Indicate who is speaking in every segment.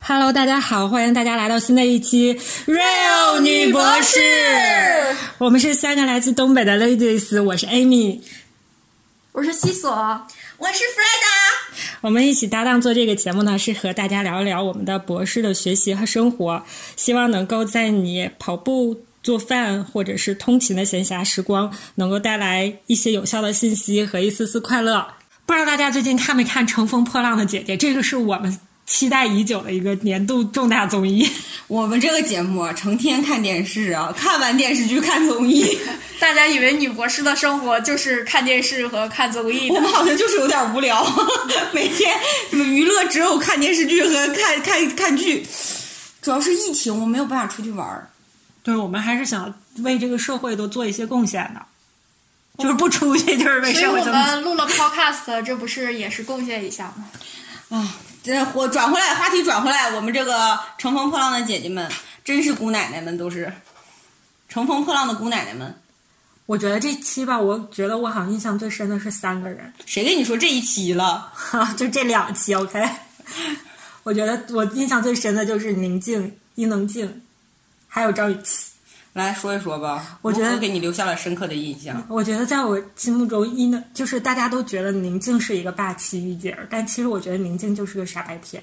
Speaker 1: Hello，大家好，欢迎大家来到新的一期 Real 女博士。我们是三个来自东北的 ladies，我是 Amy，
Speaker 2: 我是西索，
Speaker 3: 我是 Freda。
Speaker 1: 我们一起搭档做这个节目呢，是和大家聊一聊我们的博士的学习和生活，希望能够在你跑步。做饭或者是通勤的闲暇时光，能够带来一些有效的信息和一丝丝快乐。不知道大家最近看没看《乘风破浪的姐姐》？这个是我们期待已久的一个年度重大综艺。
Speaker 3: 我们这个节目啊，成天看电视啊，看完电视剧看 综艺。
Speaker 2: 大家以为女博士的生活就是看电视和看综艺
Speaker 3: 我们好像就是有点无聊， 每天什么娱乐只有看电视剧和看看看剧。主要是疫情，我没有办法出去玩儿。
Speaker 1: 对，我们还是想为这个社会多做一些贡献的，就是不出去，就是为
Speaker 2: 所以
Speaker 1: 社会
Speaker 2: 我
Speaker 1: 增
Speaker 2: 们录了 Podcast，这不是也是贡献一下吗？
Speaker 3: 啊，这我转回来，话题转回来，我们这个乘风破浪的姐姐们，真是姑奶奶们，都是乘风破浪的姑奶奶们。
Speaker 1: 我觉得这期吧，我觉得我好像印象最深的是三个人，
Speaker 3: 谁跟你说这一期了？
Speaker 1: 就这两期。OK，我觉得我印象最深的就是宁静、伊能静，还有张雨绮。
Speaker 3: 来说一说吧，
Speaker 1: 我觉得
Speaker 3: 如何给你留下了深刻的 印象。
Speaker 1: 我觉得在我心目中，伊能就是大家都觉得宁静是一个霸气御姐儿，但其实我觉得宁静就是个傻白甜。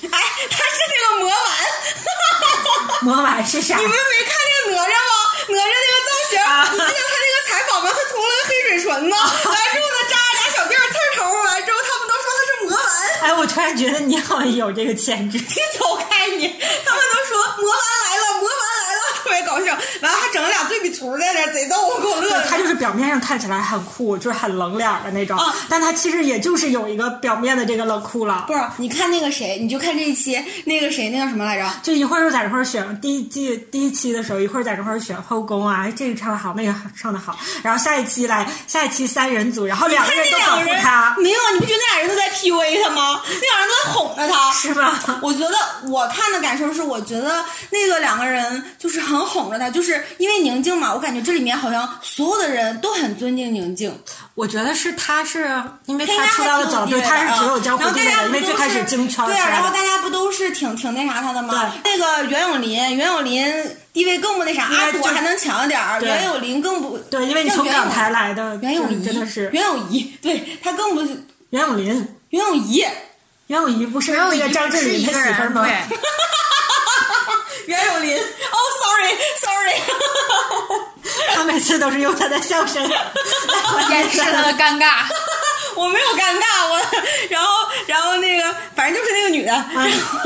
Speaker 3: 哎，他是那个魔丸。
Speaker 1: 魔丸是啥
Speaker 3: 你？们没看那个哪吒吗？哪吒那个造型，
Speaker 1: 啊
Speaker 3: 你记得他那个采访吗？他涂了个黑水唇呢，完之后呢扎了俩小辫儿刺儿头，完之后他们都说他是魔丸。
Speaker 1: 哎，我突然觉得你好像有这个潜质。
Speaker 3: 你走开你！他们都说魔丸来了，魔丸来了，特别搞笑。完了还整了俩对比图在那儿贼逗，我给我乐
Speaker 1: 对，
Speaker 3: 的。
Speaker 1: 她就是表面上看起来很酷，就是很冷脸儿的那种，
Speaker 3: 啊
Speaker 1: 但她其实也就是有一个表面的这个冷酷了。
Speaker 3: 不是，你看那个谁，你就看这一期那个谁，那叫什么来着？
Speaker 1: 就一会儿又在这块儿选第一季第一期的时候，一会儿在这块儿选后宫啊，这个唱的好，那个唱的好，然后下一期来下一期三人组，然后两
Speaker 3: 他
Speaker 1: 个人
Speaker 3: 那
Speaker 1: 都保
Speaker 3: 两
Speaker 1: 护
Speaker 3: 个人
Speaker 1: 她，
Speaker 3: 没有，你不觉得那俩人都在 PUA 他吗？那俩人都在哄着他。
Speaker 1: 是吧？
Speaker 3: 我觉得我看的感受是，我觉得那个两个人就是很哄着他，就是因为宁静嘛，我感觉这里面好像所有的人都很尊敬宁静，
Speaker 1: 我觉得是她是因为
Speaker 3: 他应该
Speaker 1: 她出道的早，对，她
Speaker 3: 还挺有地
Speaker 1: 是只有江
Speaker 3: 位的啊
Speaker 1: 湖
Speaker 3: 然后
Speaker 1: 地
Speaker 3: 大
Speaker 1: 位
Speaker 3: 家
Speaker 1: 的，
Speaker 3: 不
Speaker 1: 因为最
Speaker 3: 都
Speaker 1: 开
Speaker 3: 是
Speaker 1: 始京圈儿
Speaker 3: 对啊，
Speaker 1: 出来
Speaker 3: 然后
Speaker 1: 的
Speaker 3: 大家不都是挺挺那啥他的吗？那个袁咏琳，袁咏琳地位更不那啥，
Speaker 1: 应该
Speaker 3: 阿朵
Speaker 1: 就是
Speaker 3: 还能强点儿，
Speaker 1: 对
Speaker 3: 袁咏琳更不
Speaker 1: 对，因为你从港台来的，
Speaker 3: 袁咏
Speaker 1: 就是
Speaker 3: 仪
Speaker 1: 真的是
Speaker 3: 袁咏 仪，对她更不是
Speaker 1: 袁咏琳，
Speaker 3: 袁咏 仪，
Speaker 1: 袁咏仪不是那个张智霖的媳妇儿吗？
Speaker 2: 对，
Speaker 3: 袁咏琳， 哦，sorry sorry。
Speaker 1: 她每次都是用她的笑声
Speaker 2: 掩饰他的尴 尬。
Speaker 3: 我没有尴尬，我 然后然后那个反正就是那个女的，
Speaker 1: 嗯
Speaker 3: 然后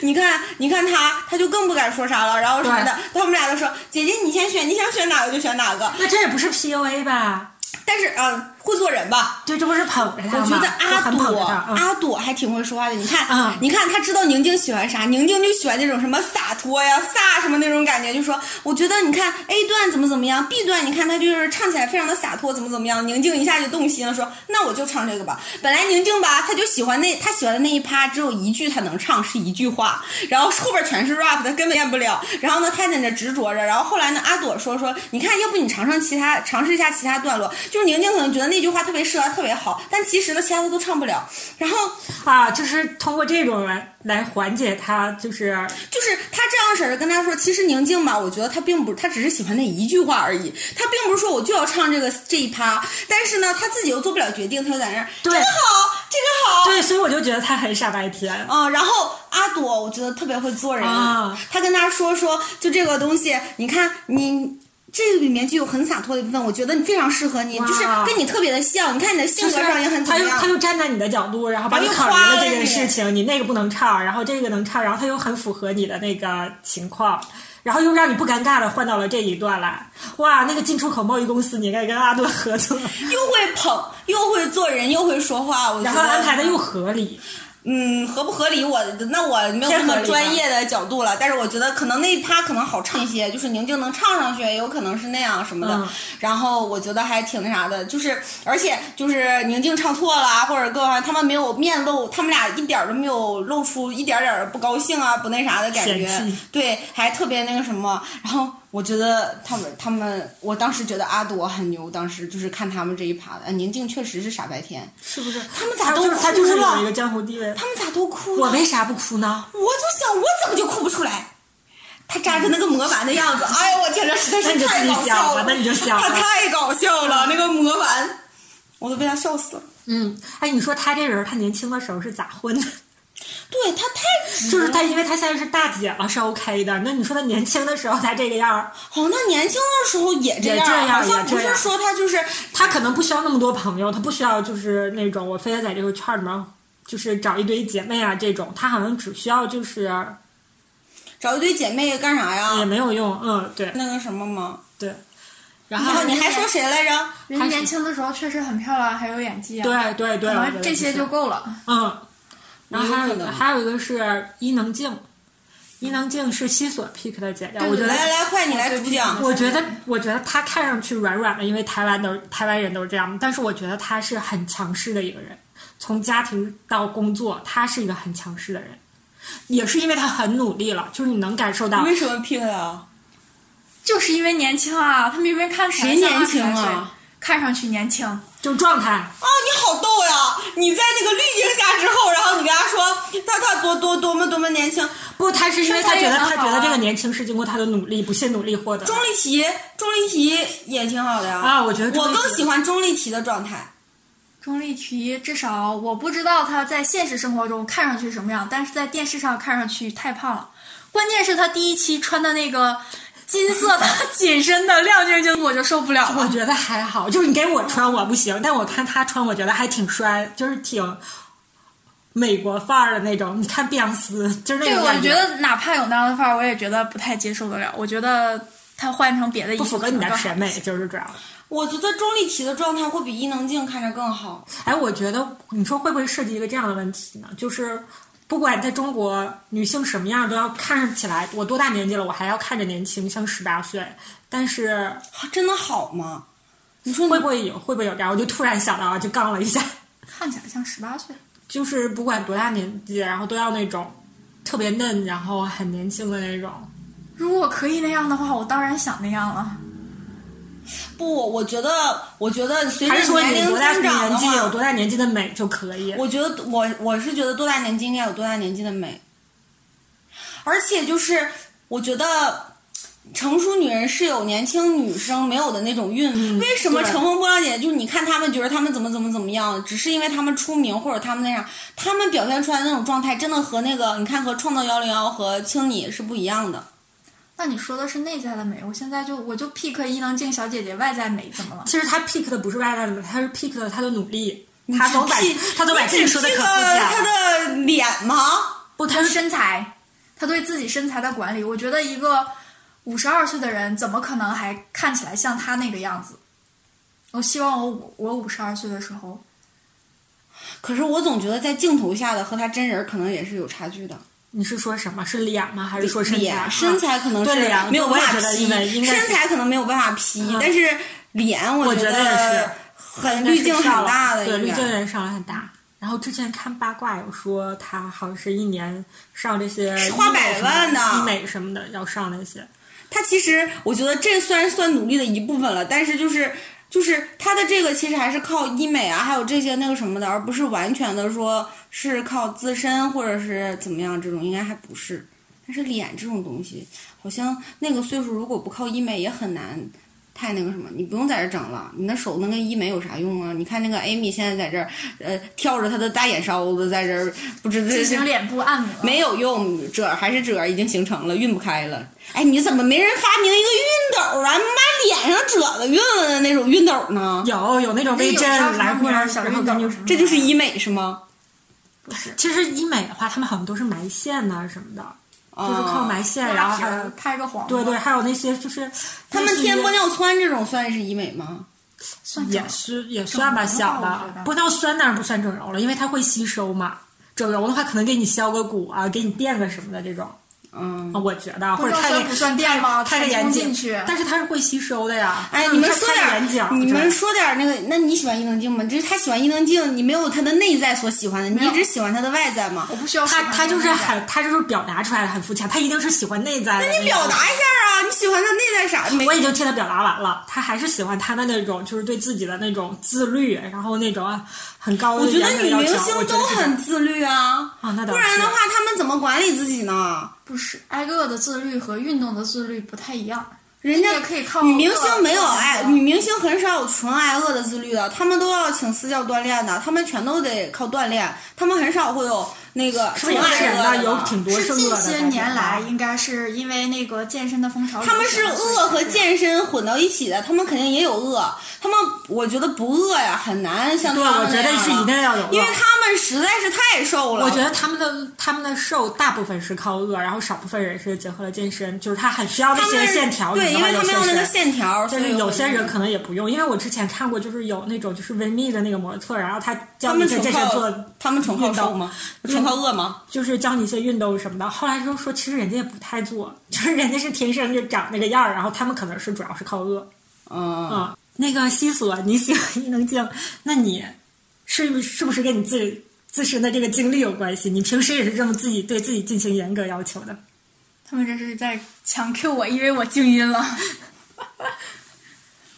Speaker 3: 你看你看她，她就更不敢说啥了，然后什么的，他们俩都说姐姐你先选，你想选哪个就选哪个，
Speaker 1: 那这也不是 PUA 吧？
Speaker 3: 但是嗯、呃会做人吧。
Speaker 1: 对，这不是捧着她
Speaker 3: 我
Speaker 1: 吗？
Speaker 3: 觉得
Speaker 1: 就
Speaker 3: 阿
Speaker 1: 很捧
Speaker 3: 朵
Speaker 1: 着她，嗯
Speaker 3: 阿朵还挺会说话的。你看，
Speaker 1: 嗯
Speaker 3: 啊你看，她知道宁静喜欢啥，宁静就喜欢那种什么洒脱呀、飒什么那种感觉。就说，我觉得你看 A 段怎么怎么样，B 段你看她就是唱起来非常的洒脱，怎么怎么样。宁静一下就动心了，说那我就唱这个吧。本来宁静吧，她就喜欢那她喜欢的那一趴，只有一句她能唱是一句话，然后后边全是 rap，她根本练不了。然后呢，她在那执着着。然后后来呢，阿朵说说，你看，要不你尝尝其他，尝试一下其他段落。就是宁静可能觉得那句话特别适合她，特别好，但其实呢，其他她都唱不了。然后
Speaker 1: 啊，就是通过这种来来缓解她，就是
Speaker 3: 就是他这样式儿的跟他说，其实宁静吧，我觉得他并不，他只是喜欢那一句话而已，他并不是说我就要唱这个这一趴，但是呢，他自己又做不了决定，他就在那儿
Speaker 1: 对
Speaker 3: 这个好，这个好，
Speaker 1: 对，所以我就觉得她很傻白甜。
Speaker 3: 嗯，然后阿朵，我觉得特别会做人。
Speaker 1: 啊
Speaker 3: 他跟他说说，就这个东西，你看你这个里面就有很洒脱的一部分，我觉得你非常适合你，
Speaker 1: 哇
Speaker 3: 就是跟你特别的像。你看你的性
Speaker 1: 就是
Speaker 3: 格上也很怎
Speaker 1: 他
Speaker 3: 么
Speaker 1: 又
Speaker 3: 样。
Speaker 1: 他又站在你的角度，然后把
Speaker 3: 然
Speaker 1: 你
Speaker 3: 后又
Speaker 1: 考虑
Speaker 3: 夸
Speaker 1: 了
Speaker 3: 了
Speaker 1: 这件
Speaker 3: 你
Speaker 1: 事情，你那个不能唱，然后这个能唱，然后他又很符合你的那个情况，然后又让你不尴尬的换到了这一段来。哇，那个进出口贸易公司，你应该跟阿顿合作，
Speaker 3: 又会捧，又会做人，又会说话，我觉
Speaker 1: 然
Speaker 3: 得
Speaker 1: 后安排的又合理。
Speaker 3: 嗯合不合理我，那我没有
Speaker 1: 偏
Speaker 3: 那么
Speaker 1: 合理吧
Speaker 3: 专业的角度了，但是我觉得可能那一趴可能好唱一些，就是宁静能唱上去，也有可能是那样什么的。
Speaker 1: 嗯
Speaker 3: 然后我觉得还挺那啥的，就是而且就是宁静唱错了啊，或者各方面他们没有面露，他们俩一点儿都没有露出一点儿点儿不高兴啊，不那啥的感觉
Speaker 1: 嫌弃，
Speaker 3: 对，还特别那个什么，然后。我觉得他们他们，我当时觉得阿朵很牛，当时就是看他们这一趴的。呃宁静确实是傻白甜，
Speaker 1: 是不是？
Speaker 3: 他们咋都
Speaker 1: 就是他就是
Speaker 3: 哭了
Speaker 1: 有一个江湖地位。
Speaker 3: 他们咋都哭了？
Speaker 1: 我为啥不哭呢？
Speaker 3: 我就想，我怎么就哭不出来？他扎着那个模板的 样子，哎呀，我天，这实在
Speaker 1: 那
Speaker 3: 是
Speaker 1: 你就
Speaker 3: 太
Speaker 1: 自己
Speaker 3: 搞
Speaker 1: 想吧
Speaker 3: 笑了，
Speaker 1: 那你就想
Speaker 3: 他
Speaker 1: 吧
Speaker 3: 太搞 笑了，那个模板，我都被他笑死了。
Speaker 1: 嗯，哎，你说他这人，他年轻的时候是咋混的？
Speaker 3: 对他太直
Speaker 1: 就是他，因为他现在是大姐了，是 OK 的。那你说他年轻的时候他这个样儿，
Speaker 3: 好像他哦年轻的时候也这
Speaker 1: 也这样
Speaker 3: 好像
Speaker 1: 也
Speaker 3: 不
Speaker 1: 这
Speaker 3: 是
Speaker 1: 样
Speaker 3: 说他就是
Speaker 1: 他可能不需要那么多朋友，他不需要就是那种我非得在这个圈儿里面，就是找一堆姐妹啊这种，他好像只需要就是
Speaker 3: 找一堆姐妹干啥
Speaker 1: 也
Speaker 3: 呀？
Speaker 1: 没有用。嗯，对
Speaker 3: 那个什么吗？
Speaker 1: 对。然
Speaker 3: 然
Speaker 1: 后
Speaker 3: 后你还说谁来着？
Speaker 2: 人家年轻的时候确实很漂亮，还有演技啊。，
Speaker 1: 对对对，
Speaker 2: 可
Speaker 1: 我觉
Speaker 2: 能
Speaker 1: 得
Speaker 2: 这些
Speaker 1: 是
Speaker 2: 就够了。
Speaker 1: 嗯，然后还有一
Speaker 3: 有可
Speaker 1: 个，
Speaker 3: 能
Speaker 1: 还有一个是伊能静，伊能静是西索 pick 的姐姐，我觉得
Speaker 2: 对对
Speaker 3: 来来来，快你来主讲。
Speaker 1: 我觉得，我觉得她看上去软软的，因为台湾都台湾人都是这样，但是我觉得她是很强势的一个人，从家庭到工作，她是一个很强势的人，也是因为她很努力了，就是你能感受到
Speaker 3: 你，为什么 pick 他啊？
Speaker 2: 就是因为年轻啊，他明明看起来
Speaker 3: 谁
Speaker 2: 像二
Speaker 3: 年
Speaker 2: 十
Speaker 3: 轻
Speaker 2: 来岁
Speaker 3: 啊？
Speaker 2: 看上去年轻，
Speaker 1: 就状态，
Speaker 3: 啊，你好逗呀！你在那个滤镜下之后，然后你跟他说他他多多多么多么年轻。
Speaker 1: 不，她是因为
Speaker 2: 身材
Speaker 1: 她觉得
Speaker 2: 也很
Speaker 1: 她觉
Speaker 2: 好
Speaker 1: 得
Speaker 2: 啊
Speaker 1: 这个年轻是经过她的努力，不懈努力获得的
Speaker 3: 钟。丽缇，钟丽缇也挺好的呀。
Speaker 1: 啊我觉得钟
Speaker 3: 我
Speaker 1: 丽缇
Speaker 3: 更喜欢钟丽缇的状态。
Speaker 2: 钟丽缇至少我不知道她在现实生活中看上去什么样，但是在电视上看上去太胖了。关键是她第一期穿的那个金色的 紧身的亮晶晶，我就受不了
Speaker 1: 我
Speaker 2: 了。
Speaker 1: 觉得还好，就是你给我穿我不行，但我看他穿，我觉得还挺帅，就是挺美国范儿的那种。你看碧昂斯，就是那
Speaker 2: 对，
Speaker 1: 种
Speaker 2: 我
Speaker 1: 感
Speaker 2: 觉得哪怕有那样的范儿，我也觉得不太接受得了。我觉得她换成别的衣
Speaker 1: 不
Speaker 2: 服
Speaker 1: 符合你
Speaker 2: 可
Speaker 1: 的
Speaker 2: 能
Speaker 1: 审美，就是这样。
Speaker 3: 我觉得钟丽缇的状态会比伊能静看着更好。
Speaker 1: 哎，我觉得你说会不会涉及一个这样的问题呢？就是不管在中国，女性什么样都要看起来，我多大年纪了，我还要看着年轻，像十八岁。但是
Speaker 3: 啊真的好吗？你说你
Speaker 1: 会不会有会不会有这样？我就突然想到啊，就杠了一下。
Speaker 2: 看起来像十八岁。
Speaker 1: 就是不管多大年纪，然后都要那种特别嫩，然后很年轻的那种。
Speaker 2: 如果可以那样的话，我当然想那样了。
Speaker 3: 不？我觉得，我觉得随着
Speaker 1: 还是说
Speaker 3: 年
Speaker 1: 你
Speaker 3: 龄
Speaker 1: 多大
Speaker 3: 增长的
Speaker 1: 年纪有
Speaker 3: 话，
Speaker 1: 多大年纪的美就可以？
Speaker 3: 我觉得我我是觉得多大年纪应该有多大年纪的美，而且就是我觉得。成熟女人是有年轻女生没有的那种韵味。为什么
Speaker 1: 嗯对
Speaker 3: 乘风破浪姐就是你看她们觉得她们怎么怎么怎么样，只是因为她们出名或者她们那啥，她们表现出来的那种状态真的和那个你看和创造幺零幺和青你是不一样的。
Speaker 2: 那你说的是内在的美，我现在就我就 pick 伊能静小姐姐外在美怎么了？
Speaker 1: 其实他 pick 的不是外在的美，他是 pick 的他的努力，
Speaker 3: 你
Speaker 1: 他
Speaker 3: 只
Speaker 1: 总把
Speaker 3: pick-
Speaker 1: 他总把自己说的可肤
Speaker 3: 你只 pick
Speaker 1: 浅了。
Speaker 3: 她的脸吗？
Speaker 1: 不，他
Speaker 2: 她
Speaker 1: 是
Speaker 2: 身材，她对自己身材的管理，我觉得一个五十二岁的人怎么可能还看起来像她那个样子？我希望我五我五十二岁的时候，
Speaker 3: 可是我总觉得在镜头下的和她真人儿可能也是有差距的，
Speaker 1: 你是说什么？是脸吗？还是说身材啊？
Speaker 3: 脸身材可能是
Speaker 1: 对呀
Speaker 3: 没有
Speaker 1: 我
Speaker 3: 办
Speaker 1: 也
Speaker 3: 法
Speaker 1: 觉得
Speaker 3: 劈
Speaker 1: 因为应，该是
Speaker 3: 身材可能没有办法 P，
Speaker 1: 嗯
Speaker 3: 但是脸我
Speaker 1: 我觉
Speaker 3: 得
Speaker 1: 得也是
Speaker 3: 很滤镜很大的，
Speaker 1: 对，
Speaker 3: 应
Speaker 1: 滤
Speaker 3: 该
Speaker 1: 镜人上来很大。然后之前看八卦有说，他好像是一年上这些
Speaker 3: 花
Speaker 1: 医美
Speaker 3: 百
Speaker 1: 什么
Speaker 3: 万呢
Speaker 1: 医美什么的要上那些。
Speaker 3: 她其实我觉得这虽然算努力的一部分了，但是就是。就是她的这个其实还是靠医美啊，还有这些那个什么的，而不是完全的说是靠自身或者是怎么样这种，应该还不是。但是脸这种东西，好像那个岁数如果不靠医美也很难太那个什么。你不用在这儿整了，你那手能跟医美有啥用啊？你看那个 Amy 现在在这儿，呃，跳着她的大眼梢子在这儿，不知
Speaker 2: 进
Speaker 3: 这
Speaker 2: 行脸部按摩。
Speaker 3: 没有用，褶儿还是褶儿，已经形成了，熨不开了。哎，你怎么没人发明一个熨斗啊？你把脸上褶子熨了的那种熨斗呢？
Speaker 1: 有有那种微针来回来，
Speaker 2: 小
Speaker 1: 然后
Speaker 2: 熨
Speaker 1: 跟
Speaker 2: 斗
Speaker 1: 你
Speaker 2: 什么的，
Speaker 3: 这就是医美是吗？
Speaker 2: 不是，
Speaker 1: 其实医美的话，他们好像都是埋线呐、什么的，
Speaker 3: 就
Speaker 1: 就是靠埋线，然后还有
Speaker 2: 拍个黄瓜，
Speaker 1: 对对，还有那些就是
Speaker 3: 他们
Speaker 1: 那些
Speaker 3: 贴玻尿酸这种算是医美吗？
Speaker 2: 算
Speaker 1: 也
Speaker 2: 整
Speaker 1: 是也算吧，
Speaker 2: 整
Speaker 1: 小
Speaker 2: 容的话我觉
Speaker 1: 的
Speaker 2: 得
Speaker 1: 玻尿酸当然不算整容了，因为它会吸收嘛。整容的话，可能给你削个骨啊，给你垫个什么的这种。
Speaker 3: 嗯，
Speaker 1: 啊我觉得，或
Speaker 2: 不
Speaker 1: 者
Speaker 2: 绕
Speaker 1: 看
Speaker 2: 栓
Speaker 1: 眼
Speaker 2: 不算电吗？
Speaker 1: 看着
Speaker 2: 冲
Speaker 1: 眼
Speaker 2: 进
Speaker 1: 睛
Speaker 2: 去，
Speaker 1: 但是它是会吸收的呀。
Speaker 3: 哎，
Speaker 1: 嗯
Speaker 3: 你们
Speaker 1: 它
Speaker 3: 说
Speaker 1: 看着
Speaker 3: 点
Speaker 1: 眼
Speaker 3: 儿，
Speaker 1: 角
Speaker 3: 你们
Speaker 1: 对
Speaker 3: 说点儿那个，那你喜欢伊能静吗？就是他喜欢伊能静，你没有他的内在所喜欢的，你
Speaker 2: 有
Speaker 3: 只喜欢他的外在吗
Speaker 2: 我？不需要喜
Speaker 1: 他
Speaker 2: 欢
Speaker 1: 他就是
Speaker 2: 那个
Speaker 1: 很他就是表达出来的很肤浅，他一定是喜欢内在的。
Speaker 3: 那你表达一下啊，你喜欢他内在啥？没
Speaker 1: 我已经替他表达完了，他还是喜欢他的那种，就是对自己的那种自律，然后那种啊很高的
Speaker 3: 我觉得
Speaker 1: 严格
Speaker 3: 女
Speaker 1: 要
Speaker 3: 明
Speaker 1: 求
Speaker 3: 星
Speaker 1: 我觉
Speaker 3: 都
Speaker 1: 得是这
Speaker 3: 很
Speaker 1: 样
Speaker 3: 自律啊，
Speaker 1: 啊那倒
Speaker 3: 不然的
Speaker 1: 是
Speaker 3: 话他们怎么管理自己呢？
Speaker 2: 不是挨个的自律和运动的自律不太一样，
Speaker 3: 人家
Speaker 2: 也可以靠
Speaker 3: 女明星没有
Speaker 2: 个呃人
Speaker 3: 爱，
Speaker 2: 的
Speaker 3: 女明星很少有纯挨饿的自律的，她们都要请私教锻炼的，她们全都得靠锻炼，她们很少会有那个
Speaker 1: 是
Speaker 3: 纯
Speaker 1: 有
Speaker 3: 挨
Speaker 1: 人
Speaker 3: 饿
Speaker 1: 的，有挺多
Speaker 2: 是
Speaker 1: 是恶
Speaker 2: 近
Speaker 1: 的。啊
Speaker 2: 些年来，应该是因为那个健身的风潮，
Speaker 3: 啊他们是饿和健身混到一起的，他们肯定也有饿。他们我觉得不饿呀，很难像
Speaker 1: 对，
Speaker 3: 他
Speaker 1: 我觉
Speaker 3: 们
Speaker 1: 得
Speaker 3: 那样
Speaker 1: 是一
Speaker 3: 了，
Speaker 1: 定要有
Speaker 3: 因为
Speaker 1: 饿
Speaker 3: 他们实在是太瘦了。
Speaker 1: 我觉得他们的他们的瘦大部分是靠饿，然后少部分人是结合了健身，就是他很需要那
Speaker 3: 他
Speaker 1: 些
Speaker 3: 们
Speaker 1: 线条，
Speaker 3: 对，
Speaker 1: 你知
Speaker 3: 因
Speaker 1: 道
Speaker 3: 为
Speaker 1: 吗
Speaker 3: 他们要那个。线条，嗯
Speaker 1: 就
Speaker 3: 所
Speaker 1: 是
Speaker 3: 以
Speaker 1: 有
Speaker 3: 我
Speaker 1: 些人可能也不用，因为我之前看过，就是有那种就是维密的那个模特，然后他教
Speaker 3: 他
Speaker 1: 你
Speaker 3: 们
Speaker 1: 一些健
Speaker 3: 纯
Speaker 1: 身做
Speaker 3: 靠他们纯靠
Speaker 1: 运动
Speaker 3: 瘦吗？纯靠饿吗？
Speaker 1: 就是教你一些运动什么的。后来就说，其实人家也不太做，就是人家是天生就长那个样儿，然后他们可能是主要是靠饿。
Speaker 3: 嗯，
Speaker 1: 嗯，那个西索，你喜欢伊能静，那你是不是不是跟你自己自身的这个经历有关系？你平时也是这么自己对自己进行严格要求的？
Speaker 2: 他们这是在强 Q 我，因为我静音了。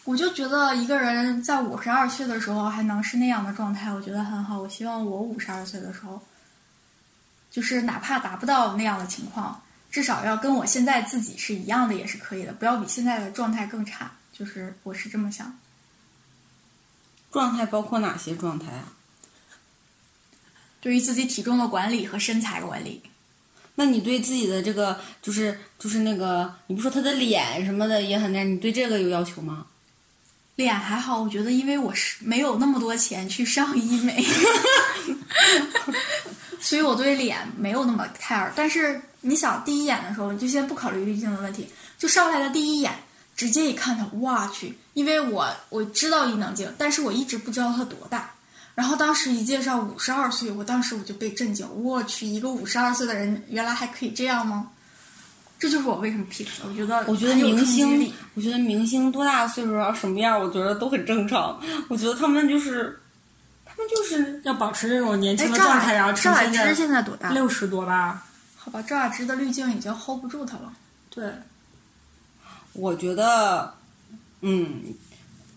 Speaker 2: 我就觉得一个人在五十二岁的时候还能是那样的状态，我觉得很好。我希望我五十二岁的时候，就是哪怕达不到那样的情况，至少要跟我现在自己是一样的，也是可以的，不要比现在的状态更差。就是我是这么想。
Speaker 3: 状态包括哪些状态啊？
Speaker 2: 对于自己体重的管理和身材管理，
Speaker 3: 那你对自己的这个就是就是那个，你不说他的脸什么的也很那，你对这个有要求吗？
Speaker 2: 脸还好，我觉得因为我是没有那么多钱去上医美，所以我对脸没有那么 care。但是你想，第一眼的时候，你就先不考虑滤镜的问题，就上来的第一眼，直接一看她，哇去！因为我我知道伊能静，但是我一直不知道她多大。然后当时一介绍五十二岁，我当时我就被震惊，我去，一个五十二岁的人原来还可以这样吗？这就是我为什么 pick 的，我觉得
Speaker 3: 我觉得
Speaker 2: 很有
Speaker 3: 明
Speaker 2: 冲击
Speaker 3: 星
Speaker 2: 力，
Speaker 3: 我觉得明星多大岁数然后什么样，我觉得都很正常。我觉得他们就是，他们就是
Speaker 1: 要保持这种年
Speaker 2: 哎，
Speaker 1: 轻的
Speaker 2: 赵
Speaker 1: 状态，然
Speaker 2: 雅
Speaker 1: 后呈
Speaker 2: 赵雅
Speaker 1: 现
Speaker 2: 芝
Speaker 1: 在
Speaker 2: 现在多大？
Speaker 1: 六十多吧？
Speaker 2: 好吧，赵雅芝的滤镜已经 hold 不住她了。
Speaker 1: 对，
Speaker 3: 我觉得，嗯，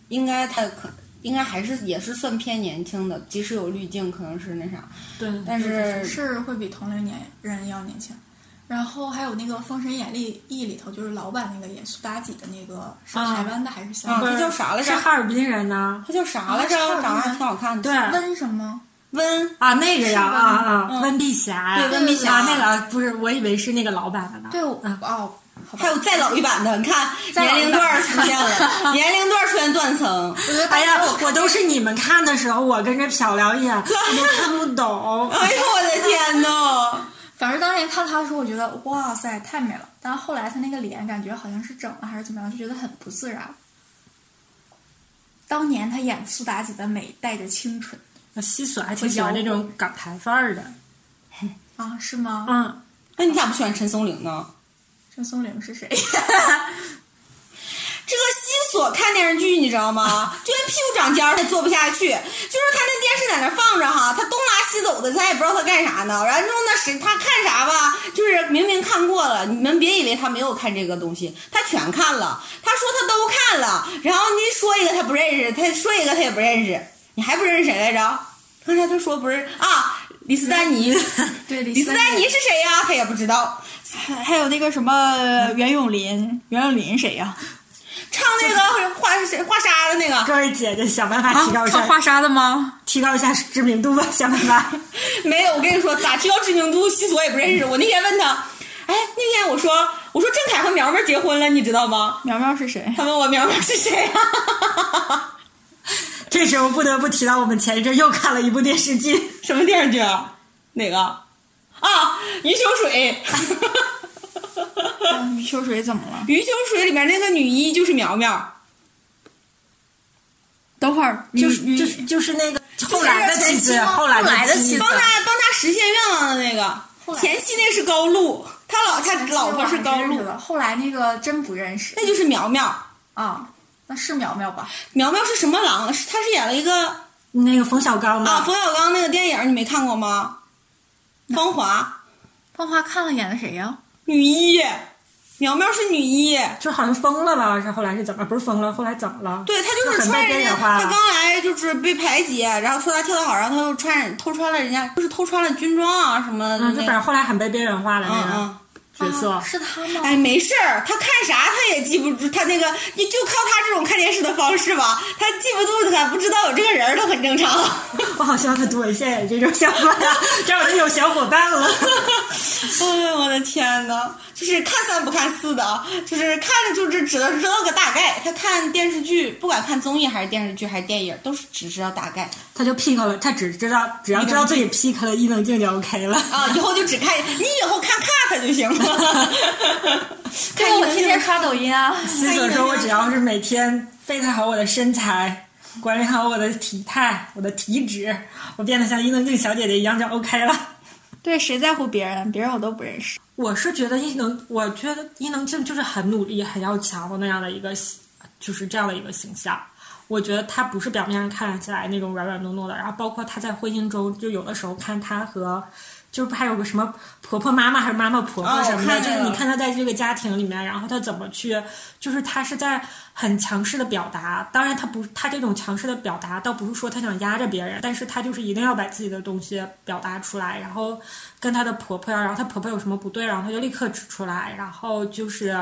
Speaker 3: 应该他可应该还是也是算偏年轻的，即使有滤镜，可能是那啥，
Speaker 1: 对，
Speaker 3: 但
Speaker 4: 嗯
Speaker 3: 是
Speaker 2: 是会比同龄年人要年轻。然后还有那个《封神演义》里头，就是老版那个演苏妲己的那个，是
Speaker 1: 啊
Speaker 2: 台湾的还是香
Speaker 3: 啊，
Speaker 2: 港的？
Speaker 3: 他叫啥来
Speaker 1: 是
Speaker 3: 着？
Speaker 1: 哈尔滨人呢？
Speaker 3: 他叫啥来着
Speaker 2: 啊？是
Speaker 3: 长得还挺好看的。
Speaker 1: 对
Speaker 2: 温什么？
Speaker 3: 温
Speaker 1: 啊，那个呀，
Speaker 2: 是吧
Speaker 1: 啊啊，
Speaker 3: 嗯
Speaker 1: 温碧霞呀，
Speaker 3: 对温碧霞
Speaker 1: 啊那个不是，我以为是那个老板的呢。
Speaker 2: 对，我
Speaker 1: 啊
Speaker 2: 哦，好吧
Speaker 3: 还。有再老一版的，你看
Speaker 2: 再老
Speaker 3: 年
Speaker 2: 一
Speaker 3: 龄
Speaker 2: 版
Speaker 3: 段儿出 现了，年龄段儿出现断层。
Speaker 2: 我觉得
Speaker 1: 哎
Speaker 2: 大
Speaker 1: 呀
Speaker 2: 家，
Speaker 1: 我都是你们看的时候，我跟着瞟两眼，我都看不懂。
Speaker 3: 哎呦我的天呐！
Speaker 2: 反正当年看她的时候，我觉得哇塞，太美了。但后来她那个脸感觉好像是整了还是怎么样，就觉得很不自然。当年她演苏妲己的美带着清纯
Speaker 1: 西索还挺喜欢这种港台范儿的。
Speaker 2: 啊，是吗？
Speaker 1: 嗯，
Speaker 3: 那你咋不喜欢陈松伶呢？
Speaker 2: 郑松龄是谁？
Speaker 3: 这个西索看电视剧你知道吗？就连屁股长尖儿他做不下去，就是他那电视在那儿放着哈，他东拉西走的，咱也不知道他干啥呢。然后那谁他看啥吧，就是明明看过了，你们别以为他没有看这个东西，他全看了。他说他都看了，然后你说一个他不认识，他说一个他也不认识，你还不认识谁来着？刚才他说不是啊，李斯丹 妮。
Speaker 2: 对，
Speaker 3: 李
Speaker 2: 李
Speaker 3: 斯
Speaker 2: 斯
Speaker 3: 丹
Speaker 2: 丹
Speaker 3: 妮
Speaker 2: 妮
Speaker 3: 是谁呀、他也不知道。
Speaker 4: 还有那个什么袁咏琳，袁咏琳谁呀、
Speaker 3: 唱那个画谁画沙的那个，
Speaker 1: 各位姐姐想办
Speaker 2: 啊
Speaker 1: 法提高一下，
Speaker 4: 纱的吗？
Speaker 1: 提高一下知名度吧， 想办法。
Speaker 3: 没有，我跟你说，咋提高知名度，西索也不认识。我那天问他，哎，那天我说，我说郑恺和苗苗结婚了，你知道吗？
Speaker 4: 苗苗是谁？
Speaker 3: 他问我苗苗是谁啊？
Speaker 1: 这时候不得不提到我们前一阵又看了一部电视剧，
Speaker 3: 什么电视剧？啊？哪个？啊，余秋水。
Speaker 2: 嗯
Speaker 4: 余秋水怎么了？
Speaker 3: 余秋水里面那个女一就是苗苗，
Speaker 4: 等会儿就
Speaker 1: 就是
Speaker 4: 是
Speaker 1: 就是就是那个后来的妻
Speaker 3: 就是
Speaker 1: 子，
Speaker 3: 前妻吗
Speaker 1: 后来
Speaker 4: 后来的
Speaker 1: 妻
Speaker 4: 妻
Speaker 1: 子
Speaker 4: 子
Speaker 3: 帮他帮他实现愿望的那个。
Speaker 2: 后来
Speaker 3: 前妻那是高露，他老他老婆是高露，
Speaker 2: 了，后来那个真不认识
Speaker 3: 那就是苗苗。
Speaker 2: 啊，那是苗苗吧？
Speaker 3: 苗苗是什么狼？是他是演了一个
Speaker 1: 那个冯小刚
Speaker 3: 啊，
Speaker 1: 嘛，
Speaker 3: 冯小刚那个电影你没看过吗？芳华
Speaker 2: 芳华看了演的谁呀？
Speaker 3: 女一，苗苗是女一，
Speaker 1: 就好像疯了吧？是后来是怎么？不是疯了，后来怎么了？
Speaker 3: 对他就是
Speaker 1: 很被
Speaker 3: 穿人
Speaker 1: 边
Speaker 3: 家，
Speaker 1: 缘化
Speaker 3: 他
Speaker 1: 了。嗯
Speaker 3: 刚来就是被排挤，然后说他跳得好，然后他又穿偷穿了人家，就是偷穿了军装啊什么的
Speaker 1: 嗯，就
Speaker 3: 那
Speaker 1: 反正后来很被边缘化了
Speaker 3: 嗯
Speaker 1: 那个
Speaker 3: 嗯。
Speaker 1: 角色。
Speaker 2: 啊是他吗？
Speaker 3: 哎，没事儿，他看啥他也记不住，他那个你就靠他这种看电视的方式吧，他记不住他不知道有这个人儿都很正常。
Speaker 1: 我好希望他对我现在有这种想法 呀，这样我就有小伙伴了。
Speaker 3: 哎，我的天呐，就是看三不看四的啊，就是看着就是只能知道个大概。他看电视剧，不管看综艺还是电视剧还是电影，都是只知道 大概
Speaker 1: 他就 pick 了，他只知道只要知道自己 pick 了伊能静就 OK 了。
Speaker 3: 啊。以后就只看，你以后看 cut 就行 了。
Speaker 2: 这个
Speaker 3: 看一
Speaker 2: 我
Speaker 3: 分
Speaker 2: 天天刷抖音啊。
Speaker 1: 思索说，我只要是每天 fit 好我的身材，管理好我的体态、我的体脂，我变得像伊能静小姐姐一样就 OK 了。
Speaker 4: 对，谁在乎别人？别人我都不认识。
Speaker 1: 我是觉得伊能，我觉得伊能静就是很努力、很要强的那样的一个，就是这样的一个形象。我觉得她不是表面上看起来那种软软糯糯的，然后包括她在婚姻中，就有的时候看她和，就是还有个什么婆婆妈妈还是妈妈婆
Speaker 3: 哦
Speaker 1: 婆什么
Speaker 3: 我
Speaker 1: 的，
Speaker 3: 看
Speaker 1: 就
Speaker 3: 见
Speaker 1: 是
Speaker 3: 了
Speaker 1: 你看她在这个家庭里面，然后她怎么去，就是她是在很强势的表达。当然，她不，她这种强势的表达倒不是说她想压着别人，但是她就是一定要把自己的东西表达出来，然后跟她的婆婆，然后她婆婆有什么不对，然后她就立刻指出来，然后就是。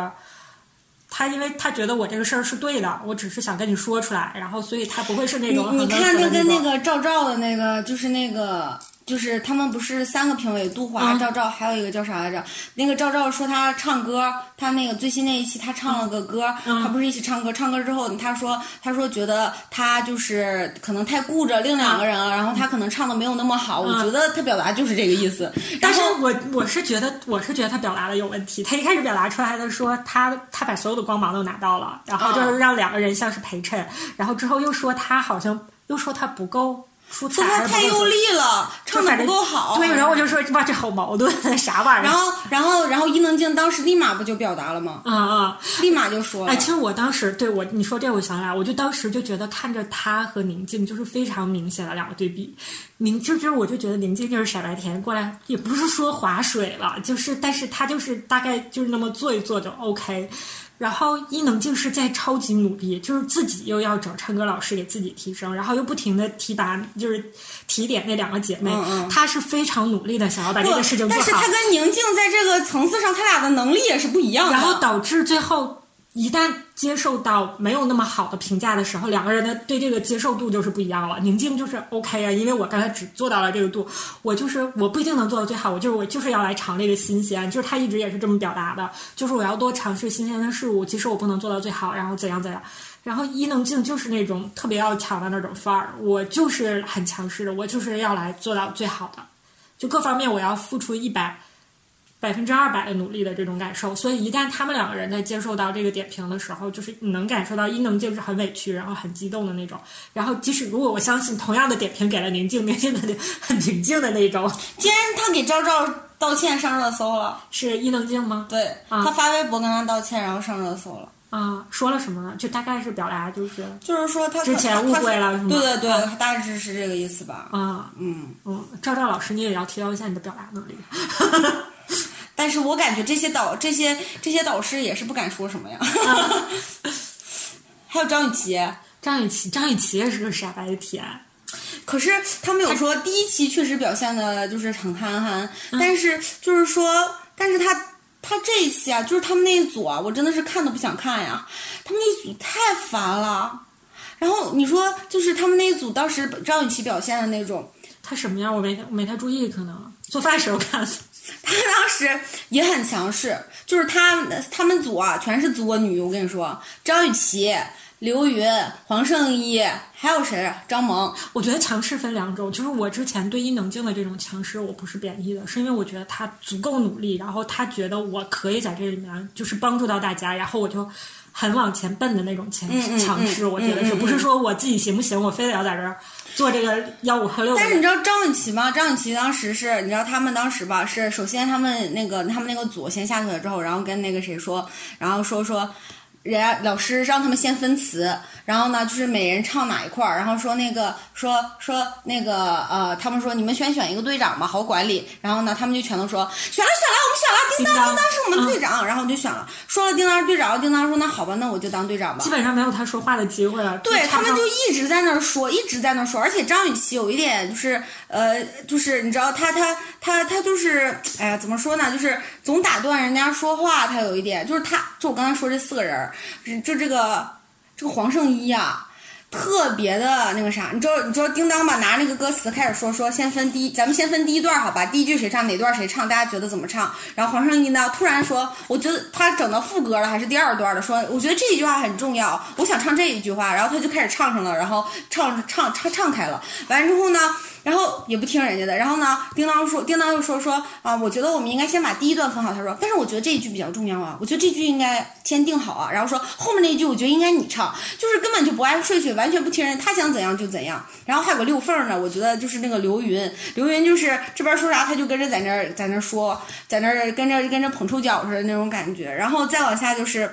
Speaker 1: 她因为她觉得我这个事儿是对的，我只是想跟你说出来，然后所以她不会是那
Speaker 3: 你
Speaker 1: 种
Speaker 3: 你
Speaker 1: 很温
Speaker 3: 看
Speaker 1: 和
Speaker 3: 他
Speaker 1: 的
Speaker 3: 跟
Speaker 1: 那
Speaker 3: 那
Speaker 1: 种
Speaker 3: 个赵照的那个，就是那个。就是他们不是三个评委，杜华、
Speaker 1: 嗯
Speaker 3: 赵照，还有一个叫啥来着？那个赵照说他唱歌，他那个最新那一期他唱了个
Speaker 1: 嗯
Speaker 3: 歌，他不是一起唱歌，唱歌之后他说他说觉得他就是可能太顾着另两个人了，
Speaker 1: 嗯
Speaker 3: 然后他可能唱的没有那么好，我觉得他表达就是这个意思。
Speaker 1: 但是
Speaker 3: 然后
Speaker 1: 我我是觉得我是觉得他表达的有问题。他一开始表达出来的说他他把所有的光芒都拿到了，然后
Speaker 3: 哦
Speaker 1: 就是让两个人像是陪衬，然后之后又说他好像又说他不够出彩，
Speaker 3: 说他太用力了，
Speaker 1: 还
Speaker 3: 唱
Speaker 1: 是不够，就
Speaker 3: 的
Speaker 1: 反
Speaker 3: 不
Speaker 1: 正
Speaker 3: 够好。
Speaker 1: 对，然后我就说哇，这好矛盾， 啥玩意
Speaker 3: 然
Speaker 1: 儿？
Speaker 3: 后然后然后伊能静当时立马不就表达了吗？
Speaker 1: 啊啊！
Speaker 3: 立马就说了。
Speaker 1: 哎，其实我当时对我你说这，我想起来，我就当时就觉得看着他和宁静就是非常明显的两个对比。宁就就是我就觉得宁静就是傻白甜过来，也不是说划水了，就是但是他就是大概就是那么做一做就 OK。然后伊能静是在超级努力，就是自己又要找唱歌老师给自己提升，然后又不停的提拔，就是提点那两个姐妹。
Speaker 3: 嗯嗯
Speaker 1: 她是非常努力的想要把这
Speaker 3: 不
Speaker 1: 个事情做
Speaker 3: 但
Speaker 1: 好。
Speaker 3: 是他跟宁静在这个层次上，他俩的能力也是不一样的。
Speaker 1: 然后导致最后一旦接受到没有那么好的评价的时候，两个人的对这个接受度就是不一样了。宁静就是 OK 啊，因为我刚才只做到了这个度，我就是我不一定能做到最好，我就是我就是要来尝这个新鲜，就是他一直也是这么表达的，就是我要多尝试新鲜的事物，即使我不能做到最好，然后怎样怎样。然后伊能静就是那种特别要强的那种范儿，我就是很强势的，我就是要来做到最好的，就各方面我要付出一百百分之二百的努力的这种感受。所以一旦他们两个人在接受到这个点评的时候，就是你能感受到伊能静是很委屈，然后很激动的那种。然后即使如果我相信同样的点评给了宁静，宁静的很平静的那种，
Speaker 3: 今天他给赵照道歉上热搜了，
Speaker 1: 是伊能静吗？
Speaker 3: 对、
Speaker 1: 啊
Speaker 3: 他发微博跟他道歉，然后上热搜了。
Speaker 1: 啊，说了什么呢？就大概是表达就是
Speaker 3: 就是说他
Speaker 1: 之前误会了是吗
Speaker 3: 对对对，他大致是这个意思吧。
Speaker 1: 啊，
Speaker 3: 嗯，
Speaker 1: 嗯，赵赵老师你也要提高一下你的表达能力。
Speaker 3: 但是我感觉这些导这些这些导师也是不敢说什么呀。
Speaker 1: 啊
Speaker 3: 还有张雨绮，
Speaker 1: 张雨绮，张雨绮也是个傻白甜，
Speaker 3: 可是他们有说第一期确实表现的就是很憨憨，但是就是说，但是他他这一期啊，就是他们那一组啊，我真的是看都不想看呀，他们那一组太烦了。然后你说，就是他们那一组当时张雨绮表现的那种，
Speaker 1: 她什么样我没太没太注意，可能做饭时候看的。
Speaker 3: 她当时也很强势，就是她他们组啊，全是作女，我跟你说，张雨绮、刘云、黄圣依，还有谁？啊张萌。
Speaker 1: 我觉得强势分两种，就是我之前对伊能静的这种强势，我不是贬义的，是因为我觉得她足够努力，然后她觉得我可以在这里面就是帮助到大家，然后我就很往前奔的那种强
Speaker 3: 嗯嗯
Speaker 1: 强势，
Speaker 3: 嗯
Speaker 1: 我觉得是、
Speaker 3: 嗯嗯
Speaker 1: 不是说我自己行不行，我非得要在这儿做这个幺五和六？
Speaker 3: 但是你知道张雨绮吗？张雨绮当时是，你知道他们当时吧，是首先他们那个他们那个组先下去了之后，然后跟那个谁说，然后说说。人家老师让他们先分词，然后呢，就是每人唱哪一块儿，然后说那个说说那个呃，他们说你们选选一个队长吧，好管理。然后呢，他们就全都说选了选了，我们选了，叮当嗯
Speaker 1: 叮当
Speaker 3: 叮当是我们的队长，然后我就选了，说了叮当是队长，叮当说那好吧，那我就当队长吧
Speaker 1: 基。本上没有她说话的机会了。
Speaker 3: 对
Speaker 1: 插上
Speaker 3: 他们就一直在那儿说，一直在那儿说，而且张雨绮有一点就是，呃，就是你知道她她她她就是，哎呀，怎么说呢？就是总打断人家说话，她有一点就是她，就我刚才说这四个人儿，就这个这个黄圣依啊。特别的那个啥，你知道你知道叮当吧，拿那个歌词开始说说，先分第一，咱们先分第一段好吧，第一句谁唱哪段谁唱，大家觉得怎么唱？然后黄圣依呢突然说，我觉得他整到副歌了还是第二段了，说我觉得这一句话很重要，我想唱这一句话，然后他就开始唱上了，然后唱唱唱唱开了，完之后呢，然后也不听人家的，然后呢，叮当说叮当又说说啊，我觉得我们应该先把第一段分好，他说，但是我觉得这一句比较重要啊，我觉得这句应该先定好啊，然后说后面那一句我觉得应该你唱，就是根本就不按顺序，完全不听人，他想怎样就怎样。然后还有个六凤儿呢，我觉得就是那个刘云，刘云就是这边说啥他就跟着在那儿在那儿说，在那儿跟着跟着捧臭脚似的那种感觉。然后再往下就是，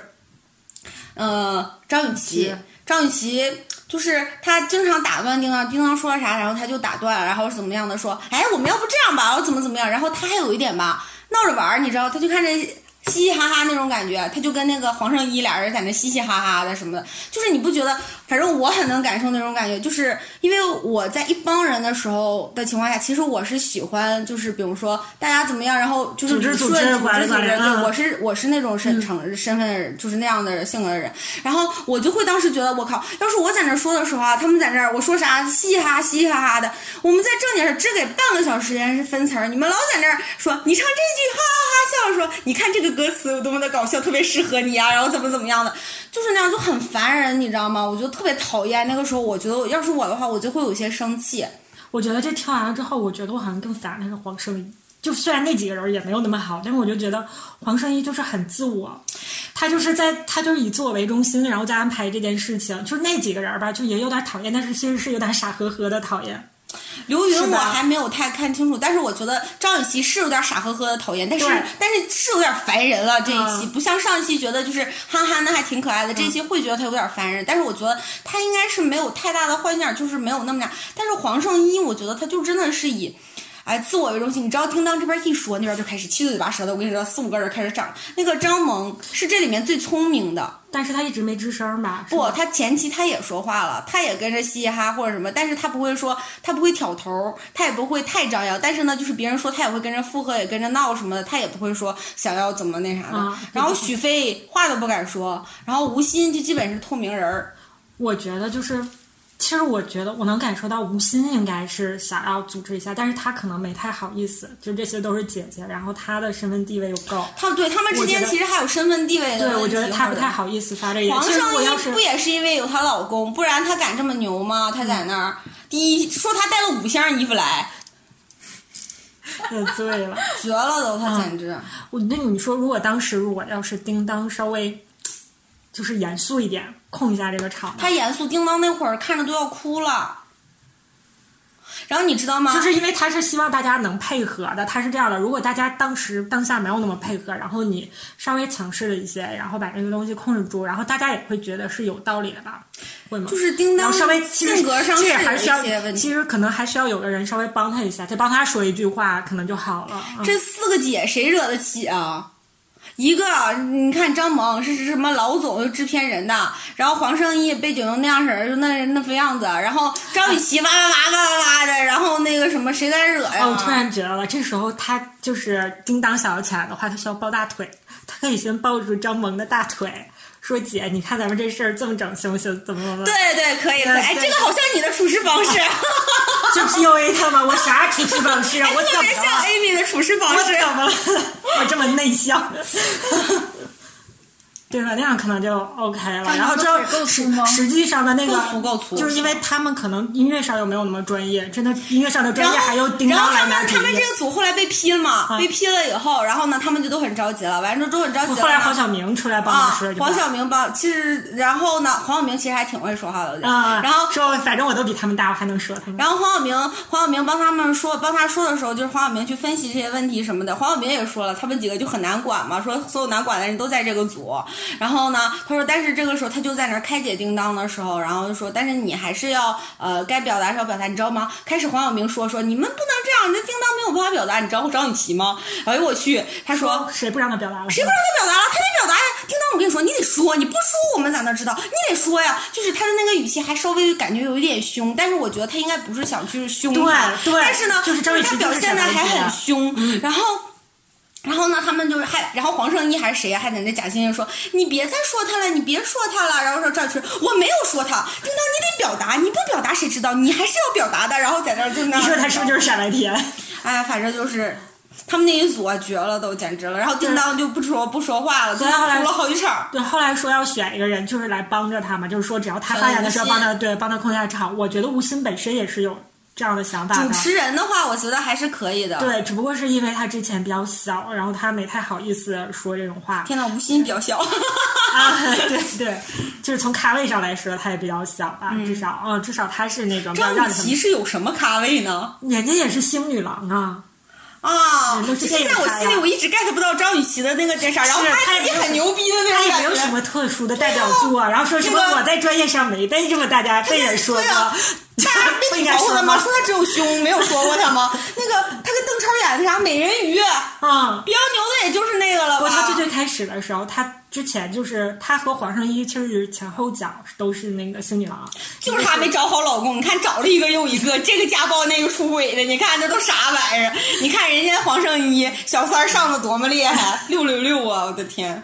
Speaker 3: 呃，张雨绮
Speaker 1: 是，
Speaker 3: 张雨绮。就是他经常打断叮当，叮当说了啥，然后他就打断，然后是怎么样的说，哎，我们要不这样吧，我怎么怎么样，然后他还有一点吧，闹着玩儿，你知道，他就看着嘻嘻哈哈那种感觉，他就跟那个黄圣依俩人在那嘻嘻哈哈的什么的，就是你不觉得？反正我很能感受那种感觉，就是因为我在一帮人的时候的情况下，其实我是喜欢，就是比如说大家怎么样，然后就是
Speaker 1: 组织
Speaker 3: 理
Speaker 1: 组
Speaker 3: 顺
Speaker 1: 织
Speaker 3: 组
Speaker 1: 管
Speaker 3: 织
Speaker 1: 理
Speaker 3: 组
Speaker 1: 管
Speaker 3: 织，
Speaker 1: 理
Speaker 3: 对
Speaker 1: 嗯
Speaker 3: 我是我是那种身成身份就是那样的性格的人，然后我就会当时觉得我靠，要是我在那儿说的时候啊，他们在那儿我说啥嘻嘻哈哈嘻嘻哈哈的，我们在正经儿只给半个小时时间是分词儿，你们老在那儿说你唱这句哈哈哈笑，说你看这个歌词有多么的搞笑，特别适合你啊，然后怎么怎么样的，就是那样就很烦人，你知道吗？我就特别讨厌那个时候，我觉得要是我的话，我就会有一些生气。
Speaker 1: 我觉得这听完了之后，我觉得我好像更烦的是黄圣依。就虽然那几个人也没有那么好，但是我就觉得黄圣依就是很自我，她就是在她就是以自我为中心，然后再安排这件事情。就是那几个人吧，就也有点讨厌，但是其实是有点傻呵呵的讨厌。
Speaker 3: 刘
Speaker 1: 是
Speaker 3: 云我
Speaker 1: 吧
Speaker 3: 还没有太看清楚，但是我觉得张雨绮是有点傻呵呵的讨厌，但是
Speaker 1: 对
Speaker 3: 但是是有点烦人了。这一期、
Speaker 1: 嗯
Speaker 3: 不像上一期觉得就是憨憨的还挺可爱的，这一期嗯会觉得他有点烦人，但是我觉得他应该是没有太大的坏念，就是没有那么大。但是黄圣依，我觉得他就真的是以。哎，自我为中心，你知道，叮当这边一说，那边就开始七嘴八舌的。我跟你说，四五个人开始长。那个张萌是这里面最聪明的，
Speaker 1: 但是她一直没吱声吧？是
Speaker 3: 不，
Speaker 1: 吧，
Speaker 3: 他前期他也说话了，他也跟着嘻嘻哈哈或者什么，但是他不会说，他不会挑头儿，他也不会太张扬，但是呢，就是别人说他也会跟着附和，也跟着闹什么的，他也不会说想要怎么那啥的。
Speaker 1: 啊
Speaker 3: 然后许飞话都不敢说，然后吴昕就基本是透明人儿，
Speaker 1: 我觉得就是，其实我觉得我能感受到吴昕应该是想要组织一下，但是她可能没太好意思。就这些都是姐姐，然后她的身份地位又高，
Speaker 3: 他对他们之
Speaker 1: 我
Speaker 3: 间
Speaker 1: 觉得
Speaker 3: 其实还有身份地位的
Speaker 1: 对
Speaker 3: 问
Speaker 1: 我觉得
Speaker 3: 题
Speaker 1: 她
Speaker 3: 或
Speaker 1: 不
Speaker 3: 者
Speaker 1: 太好意思发这一点。
Speaker 3: 黄
Speaker 1: 其实我要
Speaker 3: 圣
Speaker 1: 是
Speaker 3: 依不也是因为有她老公，不然她敢这么牛吗？她在那儿，第一说她带了五箱衣服来，
Speaker 1: 也醉嗯了。
Speaker 3: 绝了都，
Speaker 1: 啊
Speaker 3: 她简直。
Speaker 1: 我那你说，如果当时如果要是叮当稍微就是严肃一点，控一下这个场
Speaker 3: 他
Speaker 1: 面，
Speaker 3: 严肃叮当那会儿看着都要哭了。然后你知道吗？
Speaker 1: 就是因为他是希望大家能配合的，他是这样的。如果大家当时当下没有那么配合，然后你稍微强势了一些，然后把这个东西控制住，然后大家也会觉得是有道理的吧？会吗？
Speaker 3: 就是叮
Speaker 1: 然
Speaker 3: 当
Speaker 1: 后稍微其实
Speaker 3: 性格上
Speaker 1: 其
Speaker 3: 是
Speaker 1: 实
Speaker 3: 有
Speaker 1: 还
Speaker 3: 一
Speaker 1: 需要
Speaker 3: 些问，题。
Speaker 1: 其实可能还需要有个人稍微帮他一下，再帮他说一句话，可能就好了。嗯
Speaker 3: 这四个姐谁惹得起啊？一个你看张萌是是什么老总是制片人的，然后黄圣依被整成那样式儿，就那那副样子，然后张雨绮哇哇哇哇哇哇的，然后那个什么谁敢惹呀？
Speaker 1: 哦，我突然觉得了，这时候他就是叮当想要起来的话，他需要抱大腿，他可以先抱住张萌的大腿，说：“姐，你看咱们这事儿这么整行不行？怎么怎么？”
Speaker 3: 对，对可以可以，哎，
Speaker 1: 对
Speaker 3: 这个好像你的处事方 式，
Speaker 1: 就 PUA 他 吗？我啥处事方式啊？我
Speaker 3: 特
Speaker 1: 怎么
Speaker 3: 别像
Speaker 1: 了？
Speaker 3: Amy 的处事方
Speaker 1: 我
Speaker 3: 式。
Speaker 1: 怎么了？我这么内向。 对吧？那样可能就 OK 了。
Speaker 2: 但
Speaker 1: 然后
Speaker 2: 你
Speaker 1: 之
Speaker 2: 说
Speaker 1: 后
Speaker 2: 腿够粗
Speaker 1: 实
Speaker 2: 吗
Speaker 1: 实际上的那个
Speaker 3: 够粗够粗
Speaker 1: 就是因为他们可能音乐上又没有那么专业，真的音乐上的专
Speaker 3: 然
Speaker 1: 业
Speaker 3: 后
Speaker 1: 还有叮
Speaker 3: 然后
Speaker 1: 当
Speaker 3: 他
Speaker 1: 来
Speaker 3: 们
Speaker 1: 拿主
Speaker 3: 他们
Speaker 1: 意
Speaker 3: 这。个组后来被批了
Speaker 1: 啊
Speaker 3: 嘛，被批了以后，然后呢，他们就都很着急了，完了之后都很着急了嘛。
Speaker 1: 后来黄晓明出来帮
Speaker 3: 啊
Speaker 1: 忙说了一，句话
Speaker 3: 黄晓明帮，其实然后呢，黄晓明其实还挺会说话的，我觉得。
Speaker 1: 啊，
Speaker 3: 然后
Speaker 1: 说反正我都比他们大，我还能说他们。
Speaker 3: 然后黄晓明，黄晓明帮他们说，帮他说的时候，就是黄晓明去分析这些问题什么的。黄晓明也说了，他们几个就很难管嘛，说所有难管的人都在这个组。然后呢，他说，但是这个时候他就在那儿开解叮当的时候，然后就说，但是你还是要呃该表达时候表达，你知道吗？开始黄晓明说说你们不能这样，你这叮当没有办法表达，你知道我找你急吗？哎呦我去，他说
Speaker 1: 谁不让他表达了？
Speaker 3: 谁不让他表达了？他得表达呀！叮当，我跟你说，你得说，你不说我们咋能知道？你得说呀！就是他的那个语气还稍微感觉有一点凶，但是我觉得他应该不是想去凶他，
Speaker 1: 对对
Speaker 3: 但是呢，
Speaker 1: 就是张雨
Speaker 3: 他
Speaker 1: 绮就
Speaker 3: 表
Speaker 1: 是
Speaker 3: 现的
Speaker 1: 想啊
Speaker 3: 还
Speaker 1: 来这样
Speaker 3: 很凶，
Speaker 1: 嗯
Speaker 3: 然后。然后呢，他们就是还，然后黄圣依还是谁呀、啊还在那假惺惺说：“你别再说他了，你别说他了。”然后说赵群，我没有说他，叮当，你得表达，你不表达谁知道？你还是要表达的。然后在那儿就那，
Speaker 1: 你说他是不是就是傻白甜？
Speaker 3: 哎，反正就是他们那一组啊，绝了都，简直了。然后叮当就不说不说话了，叮
Speaker 1: 以后
Speaker 3: 当
Speaker 1: 来
Speaker 3: 哭了好几场。
Speaker 1: 对，后来说要选一个人，就是来帮着他嘛，就是说只要他发言的时候
Speaker 3: 嗯
Speaker 1: 帮他，对，帮他控下场。我觉得吴昕本身也是有这样的想法
Speaker 3: 主
Speaker 1: 的，
Speaker 3: 持人的话，我觉得还是可以的。，
Speaker 1: 对，只不过是因为他之前比较小，然后他没太好意思说这种话
Speaker 3: 天呐，吴昕比较小，
Speaker 1: 啊。对对，就是从咖位上来说，他也比较小吧，至少，嗯，至少他是那个
Speaker 3: 张
Speaker 1: 让
Speaker 3: 雨绮是有什么咖位呢？
Speaker 1: 人家也是星女郎啊，
Speaker 3: 啊，
Speaker 1: 嗯都
Speaker 3: 就是
Speaker 1: 是
Speaker 3: 在
Speaker 1: 电
Speaker 3: 我
Speaker 1: 影咖
Speaker 3: 心里，
Speaker 1: 呀
Speaker 3: 我一直 get 不到张雨绮的那个点啥，然后
Speaker 1: 是
Speaker 3: 她
Speaker 1: 她
Speaker 3: 自己
Speaker 1: 也没有
Speaker 3: 很牛逼的
Speaker 1: 他
Speaker 3: 那
Speaker 1: 也
Speaker 3: 种
Speaker 1: 没有什
Speaker 3: 感觉。
Speaker 1: 么特殊的代表作 啊，然后说什么
Speaker 3: 这个
Speaker 1: 我在专业上没被这么大家被人说
Speaker 3: 对啊
Speaker 1: 过，
Speaker 3: 大家没
Speaker 1: 不应
Speaker 3: 吐
Speaker 1: 该
Speaker 3: 槽过
Speaker 1: 说
Speaker 3: 她吗？说她只有胸，没有说过她吗？那个她跟邓超演的啥美人鱼，啊
Speaker 1: 嗯，
Speaker 3: 比较牛的也就是那个了
Speaker 1: 不过
Speaker 3: 吧？
Speaker 1: 他最最开始的时候，他之前就是他和黄圣依就是前后脚都是那个星女郎，
Speaker 3: 就是她没找好老公，你看找了一个又一个，这个家暴那个出轨的，你看这都啥玩意儿？ 你看人家黄圣依小三儿上的多么厉害， 六六六啊！我的天，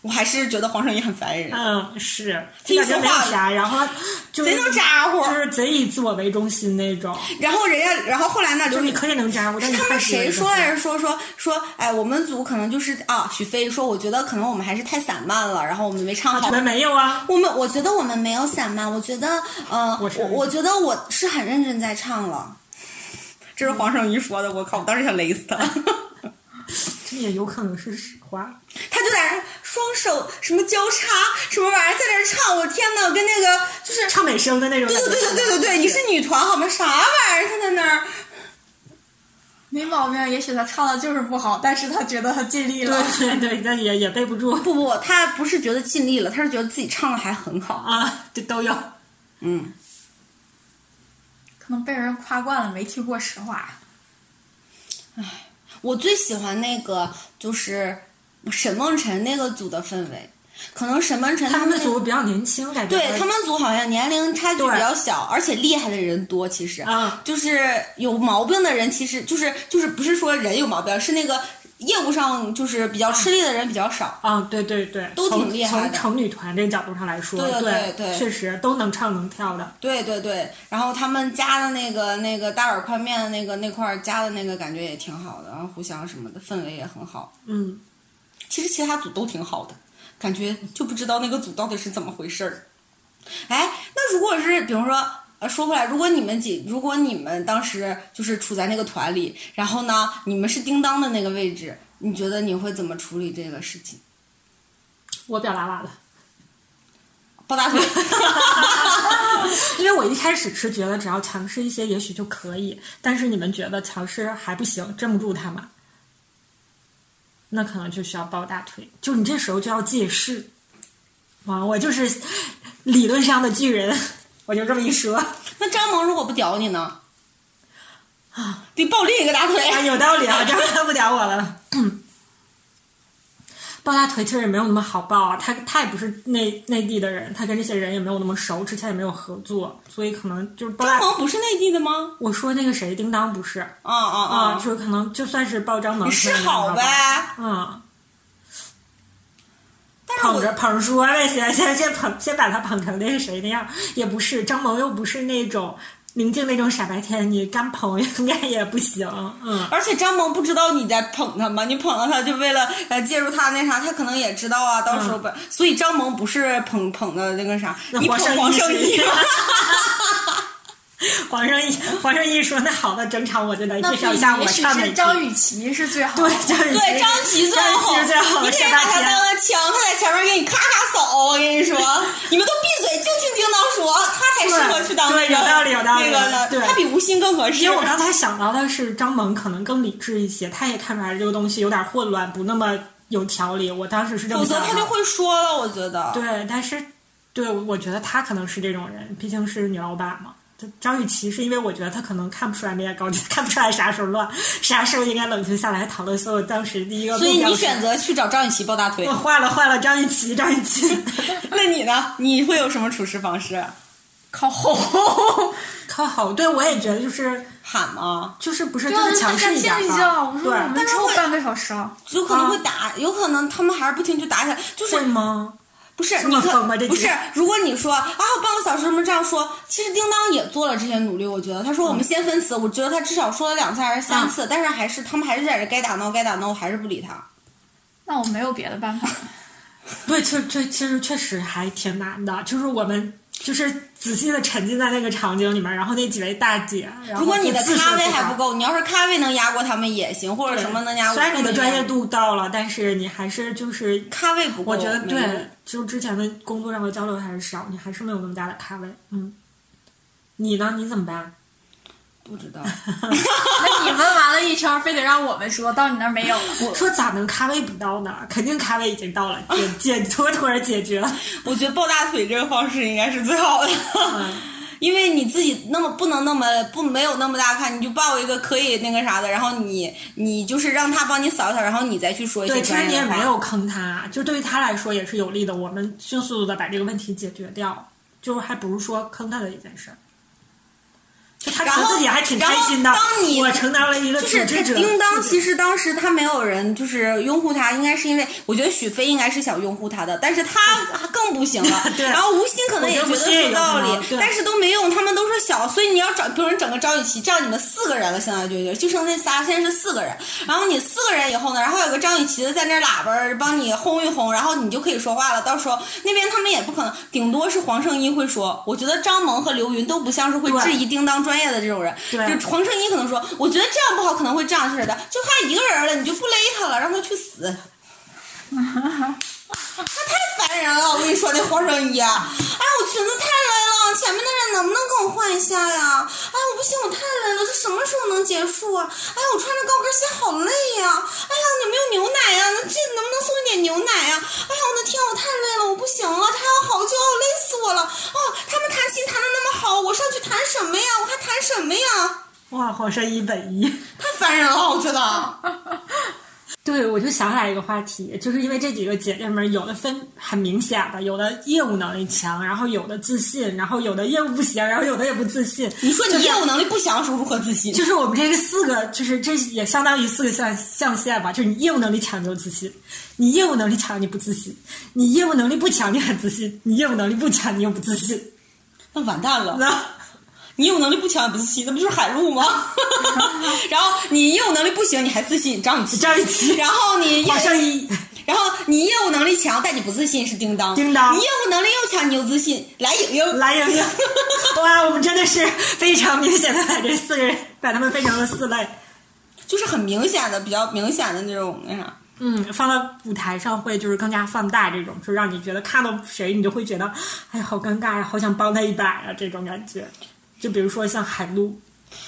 Speaker 3: 我还是觉得黄圣依很烦人，
Speaker 1: 嗯，是
Speaker 3: 听
Speaker 1: 就感觉
Speaker 3: 说
Speaker 1: 没有
Speaker 3: 话
Speaker 1: 啥，然后就是
Speaker 3: 贼能咋呼
Speaker 1: 就。是贼以自我为中心那种，
Speaker 3: 然后人家，然后后来呢，
Speaker 1: 就
Speaker 3: 刘
Speaker 1: 是你
Speaker 3: 宇
Speaker 1: 可以能咋呼，但
Speaker 3: 是
Speaker 1: 你
Speaker 3: 他们
Speaker 1: 太自以为
Speaker 3: 谁
Speaker 1: 中
Speaker 3: 说
Speaker 1: 心
Speaker 3: 来着？说说说，哎，我们组可能就是啊，许飞说，我觉得可能我们还是太散漫了，然后我们没唱
Speaker 1: 了？
Speaker 3: 好
Speaker 1: 我。们没有啊，
Speaker 3: 我们我觉得我们没有散漫，我觉得呃，我
Speaker 1: 我是
Speaker 3: 我觉得我是很认真在唱了。这是黄圣依说的，我靠，我当时想勒死 他。
Speaker 1: 这也有可能是实话。
Speaker 3: 他就在那双手什么交叉什么玩意儿在那儿唱，我天呐，跟那个就是，
Speaker 1: 唱美声的那种
Speaker 3: 对
Speaker 1: 感觉，
Speaker 3: 对对对对对对，你是女团好吗？啥玩意儿？他在那儿，
Speaker 2: 没毛病。也许他唱的就是不好，但是他觉得他尽力了。
Speaker 1: 对对对，但也也背不住
Speaker 3: 不不，他不是觉得尽力了，他是觉得自己唱的还很好。
Speaker 1: 啊，这都有。
Speaker 3: 嗯，
Speaker 2: 可能被人夸惯了，没听过实话。
Speaker 3: 我最喜欢那个就是沈梦辰那个组的氛围，可能沈梦辰
Speaker 1: 他
Speaker 3: 那
Speaker 1: 们组比较年轻，感觉
Speaker 3: 对他们组好像年龄差距
Speaker 1: 对
Speaker 3: 比较小，而且厉害的人多。其实，
Speaker 1: 嗯
Speaker 3: 就是有毛病的人，其实就是就是不是说人有毛病，是那个业务上就是比较吃力的人比较少。
Speaker 1: 啊，对对对，
Speaker 3: 都挺
Speaker 1: 从
Speaker 3: 厉害的
Speaker 1: 从成女团这个角度上来说，
Speaker 3: 对对
Speaker 1: 对
Speaker 3: 对对
Speaker 1: 确实都能唱能跳的。
Speaker 3: 对对对，然后他们加的那个那个大碗宽面的那个那块儿加的那个感觉也挺好的，然后互相什么的氛围也很好。
Speaker 1: 嗯，
Speaker 3: 其实其他组都挺好的，感觉就不知道那个组到底是怎么回事儿。哎，那如果是比如说，呃，说回来，如果你们几，如果你们当时就是处在那个团里，然后呢，你们是叮当的那个位置，你觉得你会怎么处理这个事情？
Speaker 1: 我表达完了，
Speaker 3: 抱大腿，
Speaker 1: 因为我一开始是觉得只要强势一些，也许就可以，但是你们觉得强势还不行，镇不住他们，那可能就需要抱大腿，就你这时候就要借势。啊，我就是理论上的巨人，我就这么一说。
Speaker 3: 那张萌如果不屌你呢？啊，得抱另一个大腿。
Speaker 1: 啊，有道理啊，这样他不屌我了。 抱大腿其实也没有那么好抱啊，他他也不是内内地的人，他跟这些人也没有那么熟，之前也没有合作，所以可能就是抱
Speaker 3: 张
Speaker 1: 大。
Speaker 3: 萌不是内地的吗？
Speaker 1: 我说那个谁，叮当不是
Speaker 3: 啊啊
Speaker 1: 啊，
Speaker 3: 啊！
Speaker 1: 就是可能就算是抱张萌，
Speaker 3: 你示好呗，，
Speaker 1: 嗯，
Speaker 3: 但是
Speaker 1: 捧着
Speaker 3: 我
Speaker 1: 捧说呗，先先先捧，先把他捧成那个谁那样，也不是张萌又不是那种宁静那种傻白甜，你干捧应该也不行。嗯，
Speaker 3: 而且张萌不知道你在捧他吗？你捧了他就为了呃介入他那啥，他可能也知道
Speaker 1: 嗯
Speaker 3: 啊。到时候不，所以张萌不是捧捧的那个啥，
Speaker 1: 那
Speaker 3: 你捧
Speaker 1: 黄圣依
Speaker 3: 黄圣
Speaker 1: 是
Speaker 3: 依吗？
Speaker 1: 黄圣依，黄圣依说：“那好吧，整场我就来
Speaker 2: 那
Speaker 1: 介绍一下
Speaker 2: 不
Speaker 1: 我
Speaker 2: 也许
Speaker 1: 唱哪
Speaker 2: 是
Speaker 1: 句
Speaker 2: 张雨绮是最好的。
Speaker 1: 对张雨
Speaker 3: 对，
Speaker 1: 绮，
Speaker 3: 张琪最好，
Speaker 1: 张雨绮最好，
Speaker 3: 你可以
Speaker 1: 傻
Speaker 3: 把
Speaker 1: 白
Speaker 3: 他
Speaker 1: 甜。
Speaker 3: 当个枪，他在前面给你咔咔扫。我跟 你说，你们都闭嘴，就听叮当说，他才适合去当那
Speaker 1: 对
Speaker 3: 个
Speaker 1: 有道理有道理
Speaker 3: 那个的，
Speaker 1: 对
Speaker 3: 他比吴昕更合适。
Speaker 1: 因为我刚才想到的是张萌可能更理智一些，他也看出来这个东西有点混乱，不那么有条理。我当时是这么
Speaker 3: 否则
Speaker 1: 想的。
Speaker 3: 他就会说了，我觉得。
Speaker 1: 对，但是对，我觉得他可能是这种人，毕竟是女老板嘛。这张雨绮是因为我觉得她可能看不出来恋爱高 低，看不出来啥时候乱，啥时候应该冷静下来讨论。所以我当时第一个
Speaker 3: 所以
Speaker 1: 目标哦
Speaker 3: 你
Speaker 1: 是
Speaker 3: 选择去找张雨绮抱大腿
Speaker 1: 我， 换了换了张雨绮，张雨 绮
Speaker 3: 那你呢？你会有什么处事方式？
Speaker 2: 靠吼，
Speaker 1: 靠好，对我也觉得就是
Speaker 3: 喊吗？
Speaker 1: 就是不是
Speaker 2: 不
Speaker 1: 就
Speaker 2: 要
Speaker 1: 是强势
Speaker 2: 先
Speaker 1: 一点
Speaker 2: 听一下，
Speaker 1: 吧
Speaker 2: 我，说
Speaker 1: 对
Speaker 2: 我，们只有半个小时啊。
Speaker 3: 有可能会打，有可能他们还是不听就打起来，就是
Speaker 1: 会吗？
Speaker 3: 不是
Speaker 1: 这
Speaker 3: 你
Speaker 1: 么
Speaker 3: 可
Speaker 1: 疯吗这
Speaker 3: 不
Speaker 1: 集
Speaker 3: 是？如果你说啊半个小时什么这样说，其实叮当也做了这些努力，我觉得他说我
Speaker 1: 嗯
Speaker 3: 们先分词，我觉得他至少说了两次还是三次，但是还是他们还是在这该打闹该打闹，我还是不理他。
Speaker 2: 那我没有别的办法。
Speaker 1: 对，确确其实确实还挺难的，就是我们就是仔细的沉浸在那个场景里面，然后那几位大姐，然后
Speaker 3: 如果你的
Speaker 1: 就自说
Speaker 3: 咖位
Speaker 1: 自话
Speaker 3: 还不够，你要是咖位能压过他们也行，或者什么能压过
Speaker 1: 虽
Speaker 3: 他
Speaker 1: 然
Speaker 3: 们也
Speaker 1: 你的
Speaker 3: 行。
Speaker 1: 专业度到了，但是你还是就是，
Speaker 3: 咖位不够，
Speaker 1: 我觉得
Speaker 3: 没用
Speaker 1: 对，就之前的工作上的交流还是少，你还是没有那么大的咖位。嗯，你呢？你怎么办？
Speaker 3: 不知 道。
Speaker 2: 那你问完了一圈，非得让我们说，到你那儿没有了。
Speaker 1: 说咋能咖位不到呢？肯定咖位已经到了，解解妥妥地解决了。
Speaker 3: 我觉得抱大腿这个方式应该是最好的，
Speaker 1: 嗯
Speaker 3: 因为你自己那么不能那么不没有那么大看，你就抱一个可以那个啥的，然后你你就是让他帮你扫一扫，然后你再去说一
Speaker 1: 对，
Speaker 3: 些
Speaker 1: 其实
Speaker 3: 专
Speaker 1: 你
Speaker 3: 业
Speaker 1: 也
Speaker 3: 的
Speaker 1: 没
Speaker 3: 话。
Speaker 1: 有坑他，就对于他来说也是有利的。我们迅速的把这个问题解决掉，就是还不是说坑他的一件事儿。就他
Speaker 3: 然
Speaker 1: 觉得
Speaker 3: 后
Speaker 1: 自己还挺开心的
Speaker 3: 然后，当你
Speaker 1: 我承担了一个
Speaker 3: 就
Speaker 1: 组
Speaker 3: 是
Speaker 1: 织者，
Speaker 3: 叮当，其实当时他没有人就是拥护他，应该是因为我觉得许飞应该是想拥护他的，但是他更不行了。
Speaker 1: 对
Speaker 3: 然后吴昕可能也觉
Speaker 1: 我觉得吴昕
Speaker 3: 得
Speaker 1: 也
Speaker 3: 有道理
Speaker 1: 有可能，对
Speaker 3: 但是都没用，他们都是小，所以你要找，比如你整个张雨绮，这样你们四个人了，现在就就就剩那仨，现在是四个人。然后你四个人以后呢，然后有个张雨绮的在那儿喇叭儿帮你轰一轰，然后你就可以说话了。到时候那边他们也不可能，顶多是黄圣依会说。我觉得张萌和刘云都不像是会
Speaker 1: 对
Speaker 3: 质疑叮当专业的这种人，
Speaker 1: 对
Speaker 3: 就黄圣依可能说，我觉得这样不好，可能会这样似的。就他一个人了，你就不勒他了，让他去死。那太烦人了！我跟你说，那黄圣依，哎，我裙子太勒了，前面的人能不能给我换一下呀？哎，我不行，我太勒了，这什么时候能结束啊？哎，我穿着高跟鞋好累呀！哎呀，有没有牛奶呀？那这能不能送一点牛奶呀？哎呀，我的天，我太累了，我不行了，还有好久，累死我了！哦，他们弹琴弹的那么好，我上去弹什么呀？我还弹什么呀？
Speaker 1: 哇，黄圣依本一。
Speaker 3: 太烦人了，我觉得。
Speaker 1: 对，我就想起来一个话题，就是因为这几个姐姐们儿，有的分很明显的，有的业务能力强，然后有的自信，然后有的业务不行，然后有的也不自信。
Speaker 3: 你说
Speaker 1: 就
Speaker 3: 你
Speaker 1: 是
Speaker 3: 业务能力不强的时候如何自信？
Speaker 1: 就是我们这个四个，就是这也相当于四个象象限吧。就是你业务能力强，你就自信；你业务能力强，你不自信；你业务能力不强，你很自信；你业务能力不强，你又不自信。
Speaker 3: 那完蛋了。
Speaker 1: 那
Speaker 3: 你业务能力不强也不自信，那不就是海陆吗？ 然后你业务能力不行，你还自信张雨绮，
Speaker 1: 张雨绮
Speaker 3: 然 后你业
Speaker 1: 黄圣依，
Speaker 3: 然后你业务能力强，但你不自信是叮当，
Speaker 1: 叮当
Speaker 3: 你业务能力又强，你又自信，来莹莹，
Speaker 1: 蓝莹莹，哇，我们真的是非常明显的把这四个人，把他们分成了四类。
Speaker 3: 就是很明显的，比较明显的那种那啥。
Speaker 1: 嗯，放到舞台上会就是更加放大这种，就让你觉得看到谁你就会觉得，哎呀，好尴尬呀，好想帮他一把呀，这种感觉。就比如说像海陆，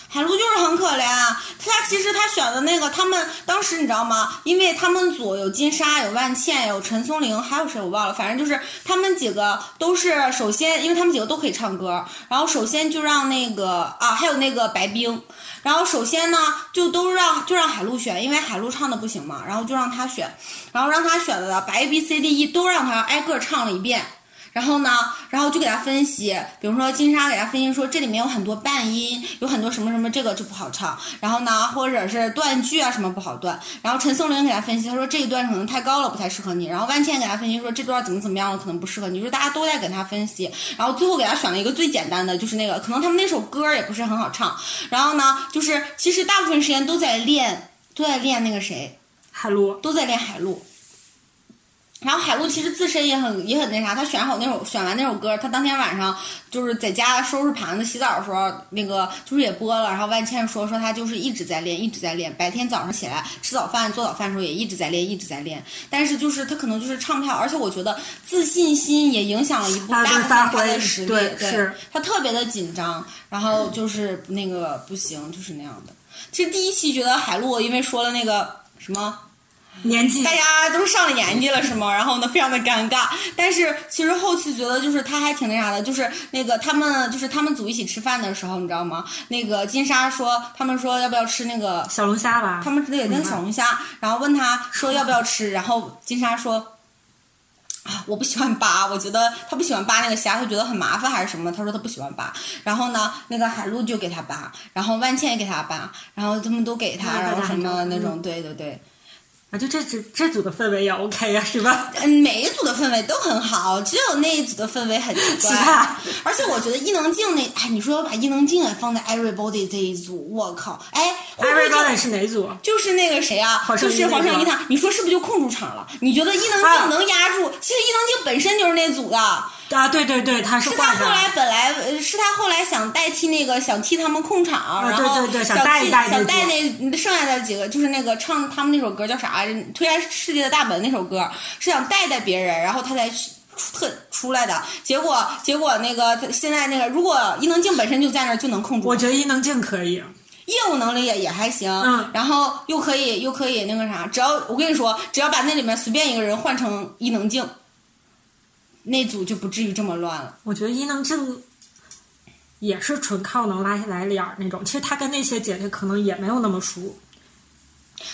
Speaker 3: 海陆就是很可怜，啊他其实他选的那个，他们当时你知道吗？因为他们组有金莎，有万茜，有陈松伶，还有谁我忘了，反正就是他们几个都是首先，因为他们几个都可以唱歌，然后首先就让那个啊，还有那个白冰，然后首先呢就都让就让海陆选，因为海陆唱的不行嘛，然后就让他选，然后让他选的白 A B C D E 都让他挨个唱了一遍。然后呢，然后就给他分析，比如说金莎给他分析说这里面有很多半音，有很多什么什么，这个就不好唱。然后呢，或者是断句啊什么不好断。然后陈松伶给他分析，他说这一段可能太高了，不太适合你。然后万茜给他分析说这段怎么怎么样了，可能不适合你。就是大家都在给他分析，然后最后给他选了一个最简单的，就是那个可能他们那首歌也不是很好唱。然后呢，就是其实大部分时间都在练，都在练那个谁，
Speaker 1: 海陆
Speaker 3: 都在练海陆。然后海陆其实自身也很也很那啥，他选好那首选完那首歌，他当天晚上就是在家收拾盘子、洗澡的时候，那个就是也播了。然后万茜说说他就是一直在练，一直在练。白天早上起来吃早饭、做早饭的时候也一直在练，一直在练。但是就是他可能就是唱不跳，而且我觉得自信心也影响了一部
Speaker 1: 他
Speaker 3: 大
Speaker 1: 的
Speaker 3: 部分
Speaker 1: 发
Speaker 3: 他
Speaker 1: 挥
Speaker 3: 的实力，
Speaker 1: 对
Speaker 3: 对，
Speaker 1: 是
Speaker 3: 他特别的紧张，然后就是那个不行，就是那样的。其实第一期觉得海陆因为说了那个什么。
Speaker 1: 年纪
Speaker 3: 大家都上了年纪了是吗？然后呢，非常的尴尬。但是其实后期觉得就是他还挺那啥的，就是那个他们就是他们组一起吃饭的时候，你知道吗？那个金莎说他们说要不要吃那个，
Speaker 1: 小龙虾吧，
Speaker 3: 他们也那个小龙虾，然后问他说要不要吃，然后金莎说。啊，我不喜欢扒，我觉得他不喜欢扒那个虾，他觉得很麻烦还是什么？他说他不喜欢扒。然后呢，那个海陆就给他扒，然后万茜也给他扒，然后他们都给他，
Speaker 1: 嗯
Speaker 3: 然后什么
Speaker 1: 大家
Speaker 3: 那
Speaker 1: 都
Speaker 3: 种，对对对。
Speaker 1: 啊，就这这这组的氛围也 OK 呀、是吧？
Speaker 3: 嗯，每一组的氛围都很好，只有那一组的氛围很奇
Speaker 1: 是
Speaker 3: 怪。
Speaker 1: 吧
Speaker 3: 而且我觉得伊能静那，哎，你说要把伊能静也放在 Everybody 这一组，我靠，哎， 会不
Speaker 1: 艾
Speaker 3: 会
Speaker 1: 瑞
Speaker 3: 就
Speaker 1: 高乃是哪组？
Speaker 3: 就是那个谁啊，
Speaker 1: 黄圣
Speaker 3: 就
Speaker 1: 依
Speaker 3: 是黄
Speaker 1: 那个
Speaker 3: 圣依她，你说是不是就控住场了？你觉得伊能
Speaker 1: 啊
Speaker 3: 静能压住？其实伊能静本身就是那组的，
Speaker 1: 啊，对对对，他是
Speaker 3: 是
Speaker 1: 挂
Speaker 3: 他
Speaker 1: 的
Speaker 3: 后。来本来呃是他后来想代替那个想替他们控场，然后
Speaker 1: 啊对对对
Speaker 3: 想
Speaker 1: 想带一带那
Speaker 3: 想
Speaker 1: 组
Speaker 3: 带那剩下的几个就是那个唱他们那首歌叫啥《推开世界的大门》那首歌，是想带带别人，然后他才去出特出来的。结果结果那个他现在那个如果伊能静本身就在那儿就能控住
Speaker 1: 我，觉得伊能静可以，
Speaker 3: 业务能力也也还行，
Speaker 1: 嗯
Speaker 3: 然后又可以又可以那个啥，只要我跟你说，只要把那里面随便一个人换成伊能静，那组就不至于这么乱了。
Speaker 1: 我觉得伊能静也是纯靠能拉下来脸儿那种。其实她跟那些姐姐可能也没有那么熟，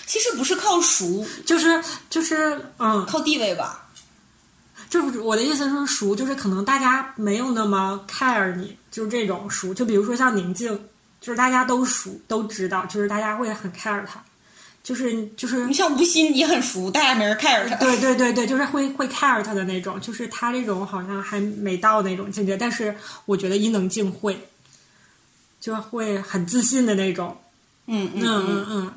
Speaker 3: 其实不是靠熟，
Speaker 1: 就是就是嗯，
Speaker 3: 靠地位吧。
Speaker 1: 就是我的意思是熟，就是可能大家没有那么 care 你，就是这种熟。就比如说像宁静，就是大家都熟都知道，就是大家会很 care 她，就是就是
Speaker 3: 你像吴昕也很熟，但也没人 care 他。
Speaker 1: 对对对对，就是会会 care 他的那种，就是他这种好像还没到那种境界，但是我觉得伊能静会，就是会很自信的那种。
Speaker 3: 嗯嗯
Speaker 1: 嗯
Speaker 3: 嗯。
Speaker 1: 嗯嗯，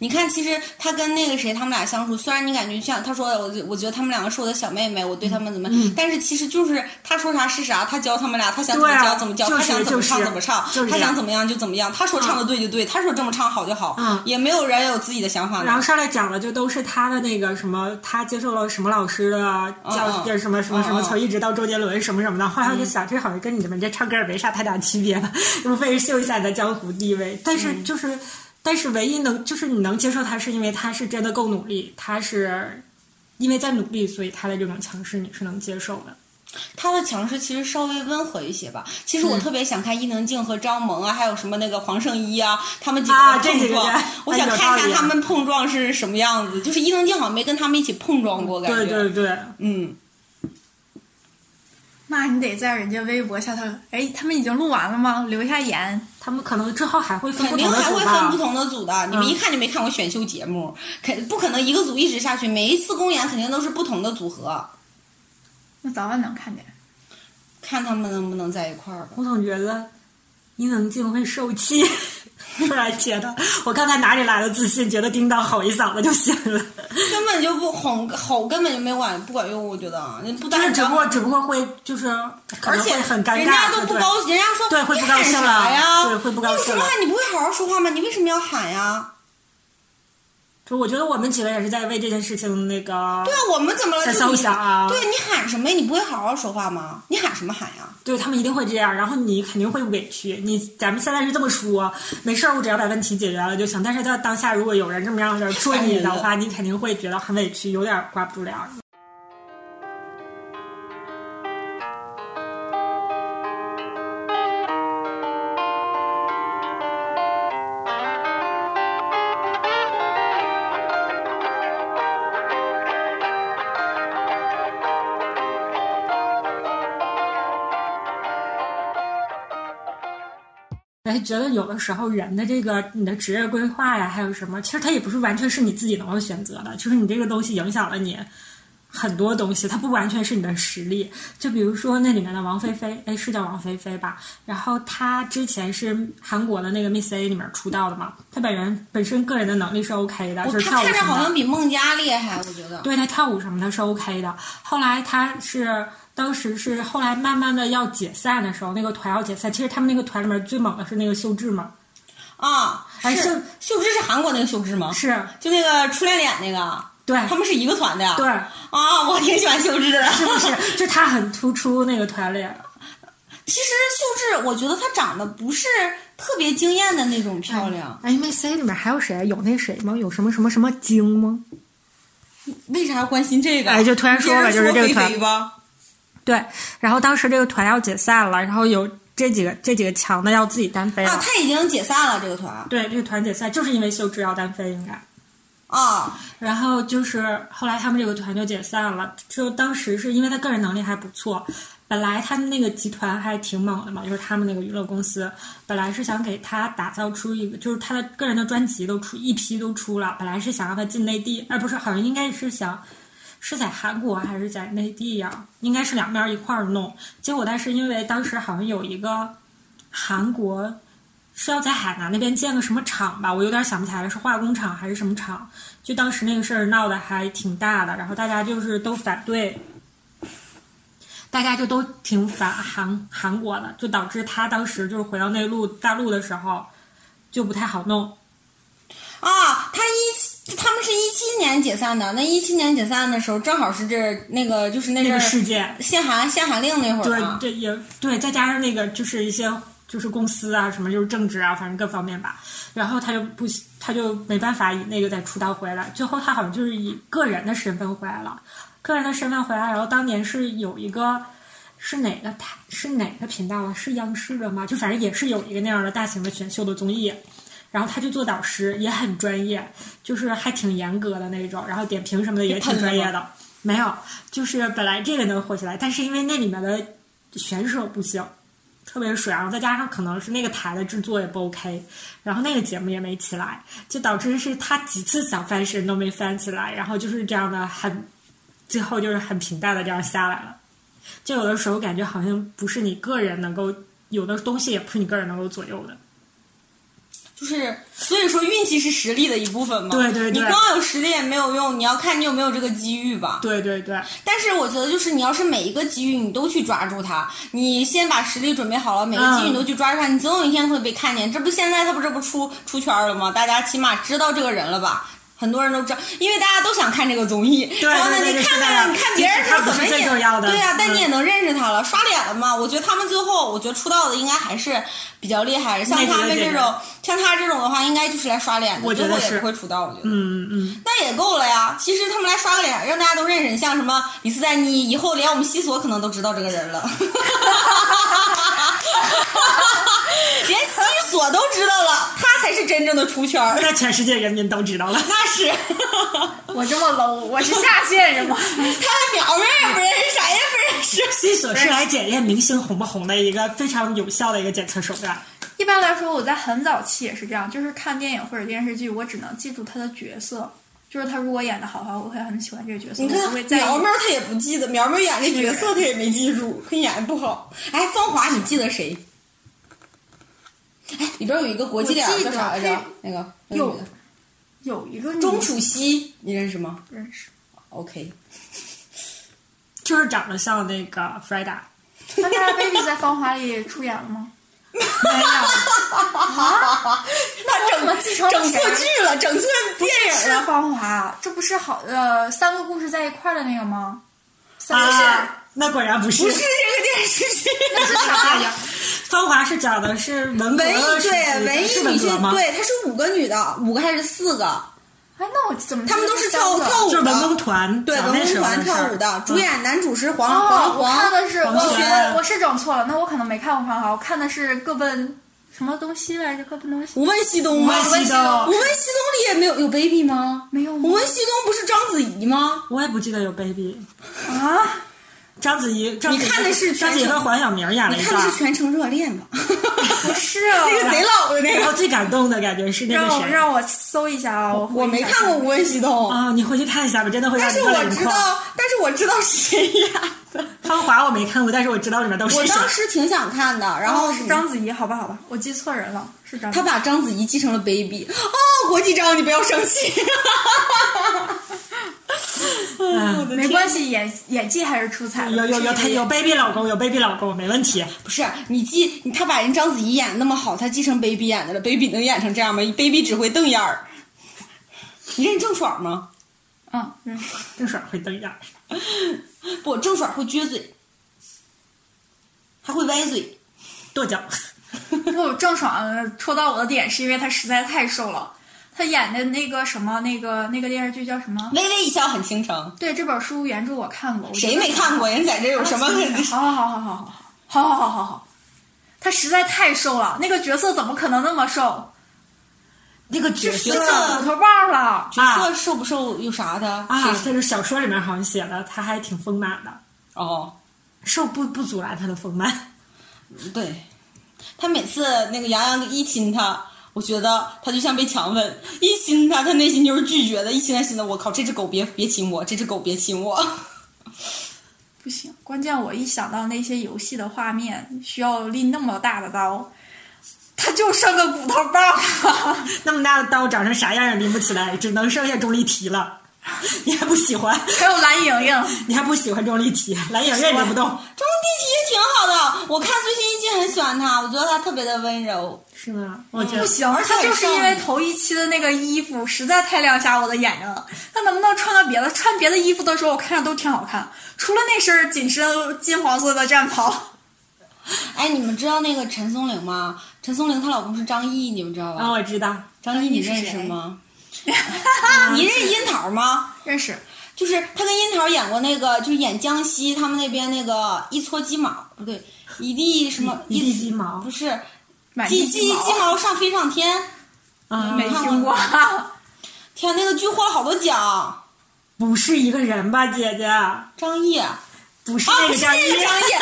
Speaker 3: 你看，其实他跟那个谁他们俩相处，虽然你感觉像他说的，我就我觉得他们两个是我的小妹妹，我对他们怎么，
Speaker 1: 嗯
Speaker 3: 但是其实就是他说啥是啥，他教他们俩，他想怎么
Speaker 1: 对啊
Speaker 3: 教怎么教，
Speaker 1: 就是
Speaker 3: 他想怎么
Speaker 1: 就
Speaker 3: 唱
Speaker 1: 是
Speaker 3: 怎么唱，
Speaker 1: 就是这
Speaker 3: 他
Speaker 1: 样
Speaker 3: 想怎么样就怎么样，他说唱的对就对，他说这么唱好就好，
Speaker 1: 嗯
Speaker 3: 也没有人有自己的想法
Speaker 1: 然后
Speaker 3: 了。
Speaker 1: 上来讲了，就都是他的那个什么，他接受了什么老师的教
Speaker 3: 嗯
Speaker 1: 育，什么什么什么，
Speaker 3: 嗯嗯嗯
Speaker 1: 从一直到周杰伦什么什么的。后来我就想，这好像跟你们这唱歌也没啥太大区别吧，无非是秀一下你的江湖地位。但
Speaker 3: 嗯
Speaker 1: 是就是，但是唯一能就是你能接受他，是因为他是真的够努力，他是因为在努力，所以他的这种强势你是能接受的。
Speaker 3: 他的强势其实稍微温和一些吧。其实我
Speaker 1: 嗯
Speaker 3: 特别想看伊能静和张萌啊，还有什么那个黄圣依啊，他们几个
Speaker 1: 啊
Speaker 3: 的
Speaker 1: 这几
Speaker 3: 碰
Speaker 1: 个
Speaker 3: 撞，
Speaker 1: 人
Speaker 3: 我想
Speaker 1: 哎有道
Speaker 3: 看一
Speaker 1: 理
Speaker 3: 下他们碰撞是什么样子。就是伊能静好像没跟他们一起碰撞过，感觉。
Speaker 1: 对对对，
Speaker 3: 嗯，
Speaker 2: 那你得在人家微博下头，哎，他们已经录完了吗？留下言。
Speaker 1: 他们可能之后还会分
Speaker 3: 肯
Speaker 1: 不
Speaker 3: 定
Speaker 1: 同的
Speaker 3: 还
Speaker 1: 组
Speaker 3: 会分
Speaker 1: 吧嗯
Speaker 3: 不。同的组的。你们一看就没看过选秀节目，肯不可能一个组一直下去，每一次公演肯定都是不同的组合，
Speaker 2: 那早晚能看见。
Speaker 3: 看他们能不能在一块儿吧。
Speaker 1: 我总觉得伊能静会受气，突然觉得我刚才哪里来的自信，觉得叮当吼一嗓子就行了。
Speaker 3: 根本就不哄吼，根本就没管不管用，我觉得啊，你不
Speaker 1: 就
Speaker 3: 但
Speaker 1: 是只不过只不过会就是，可
Speaker 3: 而
Speaker 1: 能
Speaker 3: 且
Speaker 1: 会很尴尬，啊
Speaker 3: 人家都不
Speaker 1: 对对
Speaker 3: 高，人家说
Speaker 1: 对会
Speaker 3: 你
Speaker 1: 不高
Speaker 3: 喊
Speaker 1: 兴
Speaker 3: 啥
Speaker 1: 了
Speaker 3: 呀？
Speaker 1: 对会不高
Speaker 3: 你有什
Speaker 1: 兴
Speaker 3: 么
Speaker 1: 了
Speaker 3: 喊？你不会好好说话吗？你为什么要喊呀？
Speaker 1: 就我觉得我们几个也是在为这件事情那个，
Speaker 3: 对啊，我们怎么了？
Speaker 1: 在
Speaker 3: 就是
Speaker 1: 搜
Speaker 3: 你
Speaker 1: 想啊
Speaker 3: 对你喊什么呀？你不会好好说话吗？你喊什么喊呀？
Speaker 1: 对他们一定会这样，然后你肯定会委屈。你咱们现在是这么说，没事儿，我只要把问题解决了就行。但是到当下，如果有人这么样的说
Speaker 3: 烦人
Speaker 1: 你的
Speaker 3: 了
Speaker 1: 话，你肯定会觉得很委屈，有点挂不住脸儿。
Speaker 5: Thank
Speaker 1: 哎，觉得有的时候人的这个你的职业规划呀，还有什么，其实它也不是完全是你自己能够选择的，就是你这个东西影响了你很多东西，它不完全是你的实力。就比如说那里面的王菲菲，哎，是叫王菲菲吧？然后她之前是韩国的那个 Miss A 里面出道的嘛，她本人本身个人的能力是 OK 的，
Speaker 3: 我
Speaker 1: 就是跳
Speaker 3: 他
Speaker 1: 舞
Speaker 3: 看着
Speaker 1: 什么
Speaker 3: 好
Speaker 1: 的
Speaker 3: 像比孟佳厉害，啊我觉得。
Speaker 1: 对他跳舞什么的是 OK 的。后来他是当时是后来慢慢的要解散的时候，那个团要解散，其实他们那个团里面最猛的是那个秀智嘛，
Speaker 3: 啊，
Speaker 1: 哎
Speaker 3: 是
Speaker 1: 秀
Speaker 3: 秀智是韩国那个秀智吗？
Speaker 1: 是
Speaker 3: 就那个初恋脸那个，
Speaker 1: 对
Speaker 3: 他们是一个团的呀。
Speaker 1: 对，
Speaker 3: 啊，我挺喜欢秀智的。
Speaker 1: 是不 是？就他很突出那个团里，
Speaker 3: 其实秀智，我觉得她长得不是特别惊艳的那种漂亮，
Speaker 1: 哎，因为 C 里面还有谁？有那谁吗？有什么什么什么精吗？
Speaker 3: 为啥要关心这个？
Speaker 1: 哎就突然说吧
Speaker 3: 你接
Speaker 1: 就
Speaker 3: 着
Speaker 1: 是这个
Speaker 3: 菲
Speaker 1: 团
Speaker 3: 菲吧。
Speaker 1: 对，然后当时这个团要解散了，然后有这几个这几个强的要自己单飞了。
Speaker 3: 啊，她已经解散了这个团
Speaker 1: 对，这个团解散就是因为秀智要单飞，应该。
Speaker 3: 啊，
Speaker 1: 然后就是后来他们这个团就解散了，就当时是因为他个人能力还不错，本来他们那个集团还挺猛的嘛，就是他们那个娱乐公司，本来是想给他打造出一个，就是他的个人的专辑都出一批都出了，本来是想让他进内地，哎，不是，好像应该是想。是在韩国还是在内地呀、应该是两边一块儿弄。结果，但是因为当时好像有一个韩国是要在海南那边建个什么厂吧，我有点想不起来了，是化工厂还是什么厂？就当时那个事儿闹得还挺大的，然后大家就是都反对，大家就都挺反韩韩国的，就导致他当时就是回到内陆大陆的时候就不太好弄。
Speaker 3: 啊，他一七，他们是一七年解散的。那一七年解散的时候，正好是这那个就是那
Speaker 1: 那
Speaker 3: 阵
Speaker 1: 个
Speaker 3: 儿
Speaker 1: 事件，
Speaker 3: 限韩限韩令那会儿
Speaker 1: 对
Speaker 3: 嘛。
Speaker 1: 对也对，再加上那个就是一些就是公司啊什么就是政治啊，反正各方面吧。然后他就不他就没办法以那个再出道回来，最后他好像就是以个人的身份回来了，个人的身份回来。然后当年是有一个。是哪个台？是哪个频道啊？是央视的吗？就反正也是有一个那样的大型的选秀的综艺，然后他就做导师，也很专业，就是还挺严格的那种，然后点评什么的也挺专业
Speaker 3: 你喷
Speaker 1: 的。没有，就是本来这个能火起来，但是因为那里面的选手不行，特别水，然后再加上可能是那个台的制作也不 OK，然后那个节目也没起来，就导致是他几次想翻身都没翻起来，然后就是这样的很，最后就是很平淡的这样下来了。就有的时候感觉好像不是你个人能够，有的东西也不是你个人能够左右的。
Speaker 3: 啊就是所以说运气是实力的一部分嘛。
Speaker 1: 对对对
Speaker 3: 你光有实力也没有用，你要看你有没有这个机遇吧。
Speaker 1: 对对对，
Speaker 3: 但是我觉得，就是你要是每一个机遇你都去抓住它，你先把实力准备好了，每
Speaker 1: 嗯
Speaker 3: 个机遇你都去抓住它，你总有一天会被看见。这不现在他不这不出出圈了吗？大家起码知道这个人了吧？很多人都知道，因为大家都想看这个综艺。
Speaker 1: 对
Speaker 3: 然后呢，
Speaker 1: 对对
Speaker 3: 你
Speaker 1: 对
Speaker 3: 看
Speaker 1: 是的
Speaker 3: 看你看别人
Speaker 1: 他不
Speaker 3: 怎
Speaker 1: 是
Speaker 3: 么
Speaker 1: 最重要的
Speaker 3: 对呀、
Speaker 1: 嗯
Speaker 3: 但你也能认识他了，刷脸了嘛？我觉得他们最后，我觉得出道的应该还是比较厉害的，像
Speaker 1: 那几个
Speaker 3: 他们这
Speaker 1: 姐姐
Speaker 3: 种，像他这种的话，应该就是来刷脸的，
Speaker 1: 我觉
Speaker 3: 最
Speaker 1: 得
Speaker 3: 后也
Speaker 1: 是
Speaker 3: 不会出道。我觉得。
Speaker 1: 嗯嗯，
Speaker 3: 那也够了呀。其实他们来刷个脸，让大家都认识你，像什么李斯丹妮，以后连我们西索可能都知道这个人了， 连西索都知道了，他才是真正的出圈儿。
Speaker 1: 那全世界人民都知 道了。
Speaker 3: 那是，
Speaker 4: 我这么 low，我是下线人吗？
Speaker 3: 他鸟人也不认识，啥也不认识。
Speaker 1: 西索是来检验明星红不红的一个非常有效的一个检测手段。
Speaker 2: 一般来说，我在很早期也是这样，就是看电影或者电视剧，我只能记住他的角色，就是他如果演的好的话，我会很喜欢这个角色，
Speaker 3: 你
Speaker 2: 我不
Speaker 3: 看
Speaker 2: 会在意。
Speaker 3: 苗苗，他也不记得，苗苗演那角色他也没记住，他演的不好。哎，芳华，你记得谁？哎，里边有一个国际脸儿
Speaker 2: 我记
Speaker 3: 叫
Speaker 2: 得
Speaker 3: 啥来着
Speaker 2: 她？
Speaker 3: 那个那个
Speaker 2: 有
Speaker 3: 女的
Speaker 2: 嗯有一个
Speaker 3: 钟楚曦，你认识吗？
Speaker 2: 认识，
Speaker 3: OK，
Speaker 1: 就是长得像那个 Frida，
Speaker 2: 那 Baby 在《芳华》里出演了吗？
Speaker 1: 没有，
Speaker 3: 那整
Speaker 2: 我继承了
Speaker 3: 整错
Speaker 2: 谁
Speaker 3: 剧了，整错电
Speaker 2: 是
Speaker 3: 影
Speaker 2: 《
Speaker 3: 了。
Speaker 2: 芳华》，这不是好呃三个故事在一块儿的那个吗？三个事儿，
Speaker 1: 啊，那果然不是。
Speaker 3: 不是这个电视剧，
Speaker 2: 那是啥呀？
Speaker 1: 芳华是讲的是文革
Speaker 3: 文艺
Speaker 1: 时期
Speaker 3: 对文
Speaker 1: 是
Speaker 3: 艺
Speaker 1: 文
Speaker 3: 女
Speaker 1: 革
Speaker 3: 性，
Speaker 1: 吗？
Speaker 3: 对，她是五个女的，五个还是四个？
Speaker 2: 哎，那我怎么记
Speaker 3: 她
Speaker 2: 得
Speaker 3: 们都是
Speaker 2: 三
Speaker 3: 跳
Speaker 2: 个
Speaker 3: 跳舞
Speaker 1: 就是文工
Speaker 3: 的，
Speaker 1: 团，
Speaker 3: 对，
Speaker 1: 讲
Speaker 3: 文
Speaker 1: 那
Speaker 3: 工
Speaker 1: 时候
Speaker 3: 团跳舞
Speaker 1: 事啊
Speaker 3: 的，主演男主是黄
Speaker 2: 嗯哦
Speaker 3: 黄，
Speaker 2: 我看
Speaker 3: 黄
Speaker 2: 的是我
Speaker 1: 黄轩
Speaker 2: 我我是整错了，那我可能没看过《芳华》，我看的是各奔什么东西来着？各奔东西
Speaker 3: 无问西东吗？
Speaker 1: 无问西东
Speaker 3: 无问西东里也没有有 baby 吗？
Speaker 2: 没有吗
Speaker 3: 无问西东不是章子怡吗？
Speaker 1: 我也不记得有 baby，
Speaker 2: 啊？
Speaker 1: 章子怡，章子怡
Speaker 3: 你看的是全
Speaker 1: 章子怡
Speaker 3: 程
Speaker 1: 和黄晓明演了
Speaker 3: 你
Speaker 1: 一
Speaker 3: 看的是
Speaker 1: 段。
Speaker 3: 全程热恋吧？
Speaker 2: 不是啊，
Speaker 3: 那个贼老的那
Speaker 1: 然
Speaker 3: 个，
Speaker 1: 后最感动的感觉是那
Speaker 2: 让
Speaker 1: 个
Speaker 2: 我
Speaker 1: 谁
Speaker 2: 让我搜一下啊，我
Speaker 3: 我没看过《无问西东》
Speaker 1: 啊，你回去看一下吧，真的会让
Speaker 3: 但
Speaker 1: 你
Speaker 3: 是
Speaker 1: 热泪
Speaker 3: 我
Speaker 1: 盈
Speaker 3: 知
Speaker 1: 眶。
Speaker 3: 道，但是我知道谁演的。
Speaker 1: 芳华我没看过，但是我知道里面都是
Speaker 3: 我
Speaker 1: 谁
Speaker 3: 当。时挺想看的，然
Speaker 2: 然后
Speaker 3: 后
Speaker 2: 哦是章子怡，好吧好吧，我记错人了，是章子
Speaker 3: 他
Speaker 2: 怡。
Speaker 3: 把章子怡继承了 baby。哦，国际章，你不要生气。
Speaker 2: 没关系，演演技还是出彩的。
Speaker 1: 有有有，
Speaker 2: 是
Speaker 1: 他有 baby 老公，有 baby 老公，没问题。
Speaker 3: 不是你继他把人章子怡演得那么好，他继承 baby 演的了，baby 能演成这样吗？baby 只会瞪眼儿。你认郑爽吗？
Speaker 2: 嗯，嗯
Speaker 1: 郑爽会瞪眼儿。
Speaker 3: 不，郑爽会撅嘴，还会歪嘴。
Speaker 1: 跺脚，
Speaker 2: 不，郑爽戳到我的点是因为她实在太瘦了。她演的那个什么，那个那个电视剧叫什么？
Speaker 3: 微微一笑很倾城，
Speaker 2: 对，这本书原著我看过。我觉得
Speaker 3: 谁 没看过？人在这有什么？
Speaker 2: 好好好好好好好好好好好，她实在太瘦了，那个角色怎么可能那么瘦？
Speaker 1: 那个角
Speaker 3: 是
Speaker 1: 色
Speaker 3: 角色
Speaker 2: 骨头棒了。
Speaker 3: 角色瘦不瘦有啥的？
Speaker 1: 啊，
Speaker 3: 谁
Speaker 1: 这个小说里面好像写了，他还挺丰满的，
Speaker 3: 哦，
Speaker 1: 瘦不不阻拦他的丰满。
Speaker 3: 对，他每次那个杨洋一亲他，我觉得他就像被强吻，一亲他，他内心就是拒绝的，一亲他心的，我靠，这只狗别别亲我，这只狗别亲我。
Speaker 2: 不行，关键我一想到那些游戏的画面需要拎那么大的刀，她就剩个骨头棒了。
Speaker 1: 那么大的刀长成啥样也拎不起来，只能剩下钟丽缇了。 你还不喜欢？
Speaker 2: 还有蓝莹莹，
Speaker 1: 你还不喜欢钟丽缇？蓝影也拎不动，
Speaker 3: 中地缇也挺好的，我看最新一季很喜欢他，我觉得他特别的温柔。
Speaker 1: 是吗？我觉
Speaker 2: 不
Speaker 1: 得
Speaker 2: 行，
Speaker 3: 而且
Speaker 2: 他就是
Speaker 3: 很
Speaker 2: 因为
Speaker 3: 瘦
Speaker 2: 头一期的那个衣服实在太亮瞎我的眼睛了。他能不能穿个别的？穿别的衣服的时候，我看着都挺好看，除了那身紧身金黄色的战袍。
Speaker 3: 哎，你们知道那个陈松伶吗？陈松伶她老公是张译，你们知道吧？
Speaker 1: 啊，我知道。
Speaker 3: 张译你
Speaker 2: 张译是
Speaker 3: 认识
Speaker 2: 谁啊
Speaker 3: 吗？
Speaker 4: 嗯
Speaker 3: 你认识樱桃吗？
Speaker 2: 认识，
Speaker 3: 就是他跟樱桃演过那个，就是演江西他们那边那个一撮鸡毛，不对，一地什么
Speaker 1: 一地鸡毛
Speaker 3: 不是
Speaker 2: 满
Speaker 3: 鸡
Speaker 2: 地
Speaker 3: 鸡
Speaker 2: 鸡
Speaker 3: 鸡毛上飞上天，
Speaker 1: 啊，
Speaker 2: 没听过。
Speaker 3: 天，那个剧获了好多奖。
Speaker 1: 不是一个人吧，姐姐？
Speaker 3: 张译啊，
Speaker 1: 不是那
Speaker 3: 哦不
Speaker 1: 个
Speaker 3: 是
Speaker 1: 张
Speaker 3: 那个
Speaker 1: 一。
Speaker 3: 张译啊，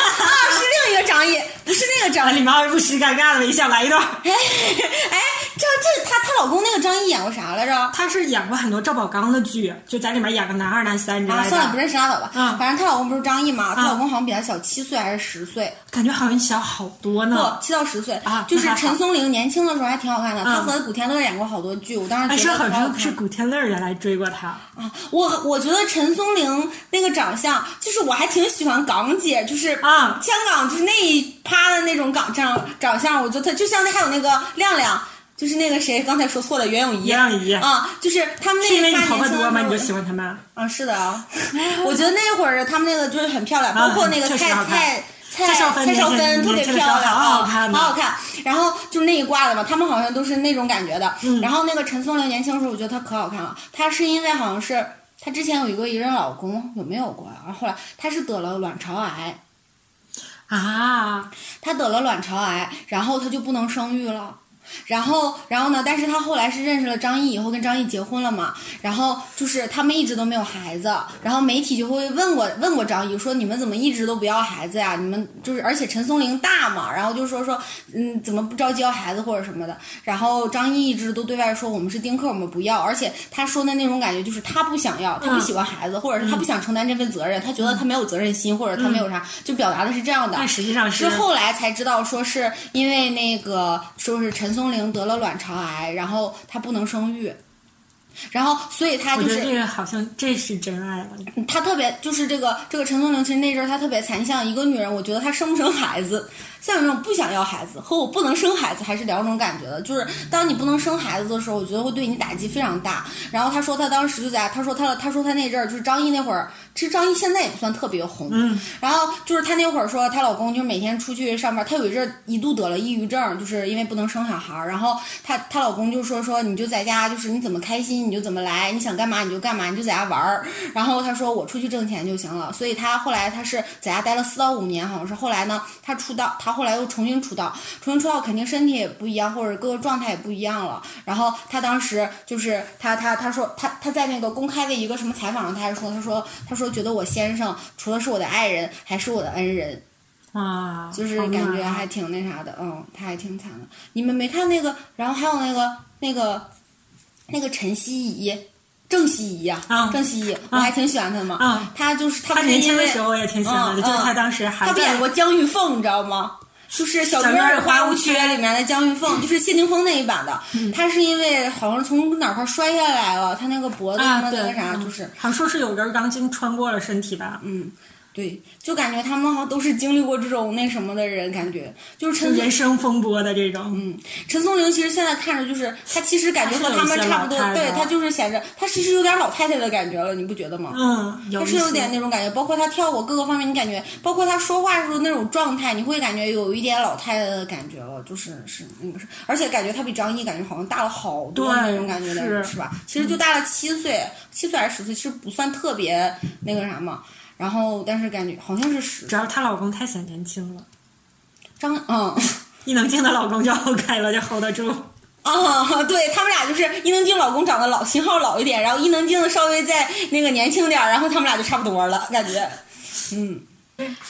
Speaker 3: 是另一个张译，不是那个张
Speaker 1: 啊，
Speaker 3: 译。
Speaker 1: 李毛而不失尴尬的微笑，来一段。
Speaker 3: 哎哎，这这她她老公那个张译演过啥来着？啊
Speaker 1: 他是演过很多赵宝刚的剧，就在里面演个男二男三之
Speaker 3: 啊，
Speaker 1: 类
Speaker 3: 算了，不
Speaker 1: 的。
Speaker 3: 认识拉倒吧。
Speaker 1: 嗯
Speaker 3: 反正她老公不是张译嘛，她老公好像比她小七岁还是十岁，
Speaker 1: 感觉好像小好多
Speaker 3: 不
Speaker 1: 呢。
Speaker 3: 七到十岁
Speaker 1: 嗯啊。
Speaker 3: 就是
Speaker 1: 那还好
Speaker 3: 陈松伶年轻的时候还挺好看的，她
Speaker 1: 嗯
Speaker 3: 和古天乐演过好多剧，我当
Speaker 1: 哎，
Speaker 3: 时觉
Speaker 1: 说
Speaker 3: 得
Speaker 1: 好
Speaker 3: 挺好嗯看
Speaker 1: 像
Speaker 3: 的。
Speaker 1: 是古天乐原来追过他。
Speaker 3: 啊，我我觉得陈松伶那个长相，就是我还挺喜欢港姐，就是
Speaker 1: 啊
Speaker 3: 香港就是那一趴的那种港长长相，我觉得她就像那还有那个亮亮，就是那个谁刚才说错了，袁咏仪，
Speaker 1: 袁咏仪
Speaker 3: 啊，就是他们那
Speaker 1: 是因为
Speaker 3: 一
Speaker 1: 你
Speaker 3: 趴
Speaker 1: 头
Speaker 3: 年
Speaker 1: 发
Speaker 3: 轻的
Speaker 1: 多吗？
Speaker 3: 时候
Speaker 1: 你就喜欢他们？
Speaker 3: 啊，是的啊，我觉得那会儿他们那个就是很漂亮，
Speaker 1: 啊
Speaker 3: 包括那个
Speaker 1: 确实
Speaker 3: 蔡
Speaker 1: 好看
Speaker 3: 蔡蔡
Speaker 1: 蔡少芬
Speaker 3: 蔡少
Speaker 1: 年轻
Speaker 3: 芬特别
Speaker 1: 年轻
Speaker 3: 漂
Speaker 1: 的时候
Speaker 3: 亮，
Speaker 1: 嗯好好
Speaker 3: 啊
Speaker 1: 看呢
Speaker 3: 好好看。然后就是那一挂的嘛，他们好像都是那种感觉的。
Speaker 1: 嗯
Speaker 3: 然后那个陈松伶年轻的时候，我觉得她可好看了。她是因为好像是她之前有一个一任老公，有没有过呀？啊然后后来她是得了卵巢癌，
Speaker 1: 啊，
Speaker 3: 她得了卵巢癌，然后她就不能生育了。然后，然后呢？但是她后来是认识了张译以后，跟张译结婚了嘛。然后就是他们一直都没有孩子。然后媒体就会问过问过张译说：“你们怎么一直都不要孩子呀？你们就是而且陈松伶大嘛，然后就说说嗯怎么不着急要孩子或者什么的。”然后张译一直都对外说：“我们是丁克，我们不要。”而且他说的那种感觉就是他不想要，
Speaker 1: 嗯
Speaker 3: 他不喜欢孩子，或者是他不想承担这份责任，他觉得他没有责任心，或者他没有啥，就表达的是这样的。
Speaker 1: 但嗯实际上是
Speaker 3: 之后来才知道，说是因为那个说是陈松伶得了卵巢癌，然后她不能生育，然后所以她
Speaker 1: 我
Speaker 3: 就
Speaker 1: 觉得这
Speaker 3: 是
Speaker 1: 个好像这是真爱了。
Speaker 3: 她嗯特别就是这个这个陈松伶，其实那阵儿她特别惨。你像一个女人，我觉得她生不生孩子，像有那种不想要孩子和我不能生孩子还是两种感觉的。就是当你不能生孩子的时候，我觉得会对你打击非常大。然后她说她当时就在她说她她说她那阵儿就是张译那会儿，其实张译现在也不算特别红，
Speaker 1: 嗯，
Speaker 3: 然后就是她那会儿说，她老公就是每天出去上班，她有一阵儿一度得了抑郁症，就是因为不能生小孩儿。然后她她老公就说说你就在家，就是你怎么开心你就怎么来，你想干嘛你就干嘛，你就在家玩儿。然后她说我出去挣钱就行了。所以她后来她是在家待了四到五年，好像是后来呢，她出道，她她后来又重新出道，重新出道肯定身体也不一样，或者各个状态也不一样了。然后她当时就是她她她说她她在那个公开的一个什么采访上，她还说她说她说觉得我先生除了是我的爱人，还是我的恩人，
Speaker 1: 啊，
Speaker 3: 就是
Speaker 1: 好
Speaker 3: 感觉
Speaker 1: 暖啊
Speaker 3: 还挺那啥的，嗯，她还挺惨的。你们没看那个，然后还有那个那个那个陈希怡。郑希怡呀、
Speaker 1: 啊
Speaker 3: 郑希怡，我还挺喜欢她的嘛。
Speaker 1: 啊
Speaker 3: 她就是她
Speaker 1: 他
Speaker 3: 不是
Speaker 1: 年
Speaker 3: 因
Speaker 1: 轻的
Speaker 3: 为
Speaker 1: 时候我也挺喜欢的，就
Speaker 3: 嗯
Speaker 1: 是他
Speaker 3: 嗯
Speaker 1: 当时还
Speaker 3: 她不演
Speaker 1: 在
Speaker 3: 过江玉凤，你知道吗？就是《小
Speaker 1: 小
Speaker 3: 妹
Speaker 1: 妹
Speaker 3: 儿
Speaker 1: 儿
Speaker 3: 花
Speaker 1: 花
Speaker 3: 无
Speaker 1: 无
Speaker 3: 缺
Speaker 1: 缺》嗯
Speaker 3: 里面的江玉凤，就是谢霆锋那一版的。她是因为好像从哪块儿摔下来了，她那个脖子
Speaker 1: 啊，
Speaker 3: 上的那
Speaker 1: 对，
Speaker 3: 个啥，
Speaker 1: 嗯
Speaker 3: 就是
Speaker 1: 好像说是有根钢筋穿过了身体吧，
Speaker 3: 嗯，对，就感觉他们好像都是经历过这种那什么的人，感觉就是
Speaker 1: 就
Speaker 3: 陈
Speaker 1: 人生风波的这种。
Speaker 3: 嗯，陈松伶其实现在看着就是她，其实感觉和他们差不多
Speaker 1: 她是有，一些老太太
Speaker 3: 对她就是显着她其实有点老太太的感觉了，你不觉得吗？
Speaker 1: 嗯，有
Speaker 3: 他
Speaker 1: 一
Speaker 3: 是有
Speaker 1: 些
Speaker 3: 点那种感觉，包括他跳舞各个方面，你感觉，包括他说话的时候那种状态，你会感觉有一点老太太的感觉了，就是是那个是，而且感觉他比张译感觉好像大了好多
Speaker 1: 对
Speaker 3: 那种感觉的
Speaker 1: 是嗯
Speaker 3: 是吧？其实就大了七岁，七岁还是十岁，其实不算特别那个啥嘛。然后但是感觉好像是十
Speaker 1: 主要她老公太显年轻了，
Speaker 3: 张嗯。
Speaker 1: 伊能静的老公就 OK 了，就 hold 得 住。
Speaker 3: 啊、对他们俩就是伊能静老公长得老型号老一点，然后伊能静稍微再那个年轻点儿，然后他们俩就差不多了，感觉，嗯。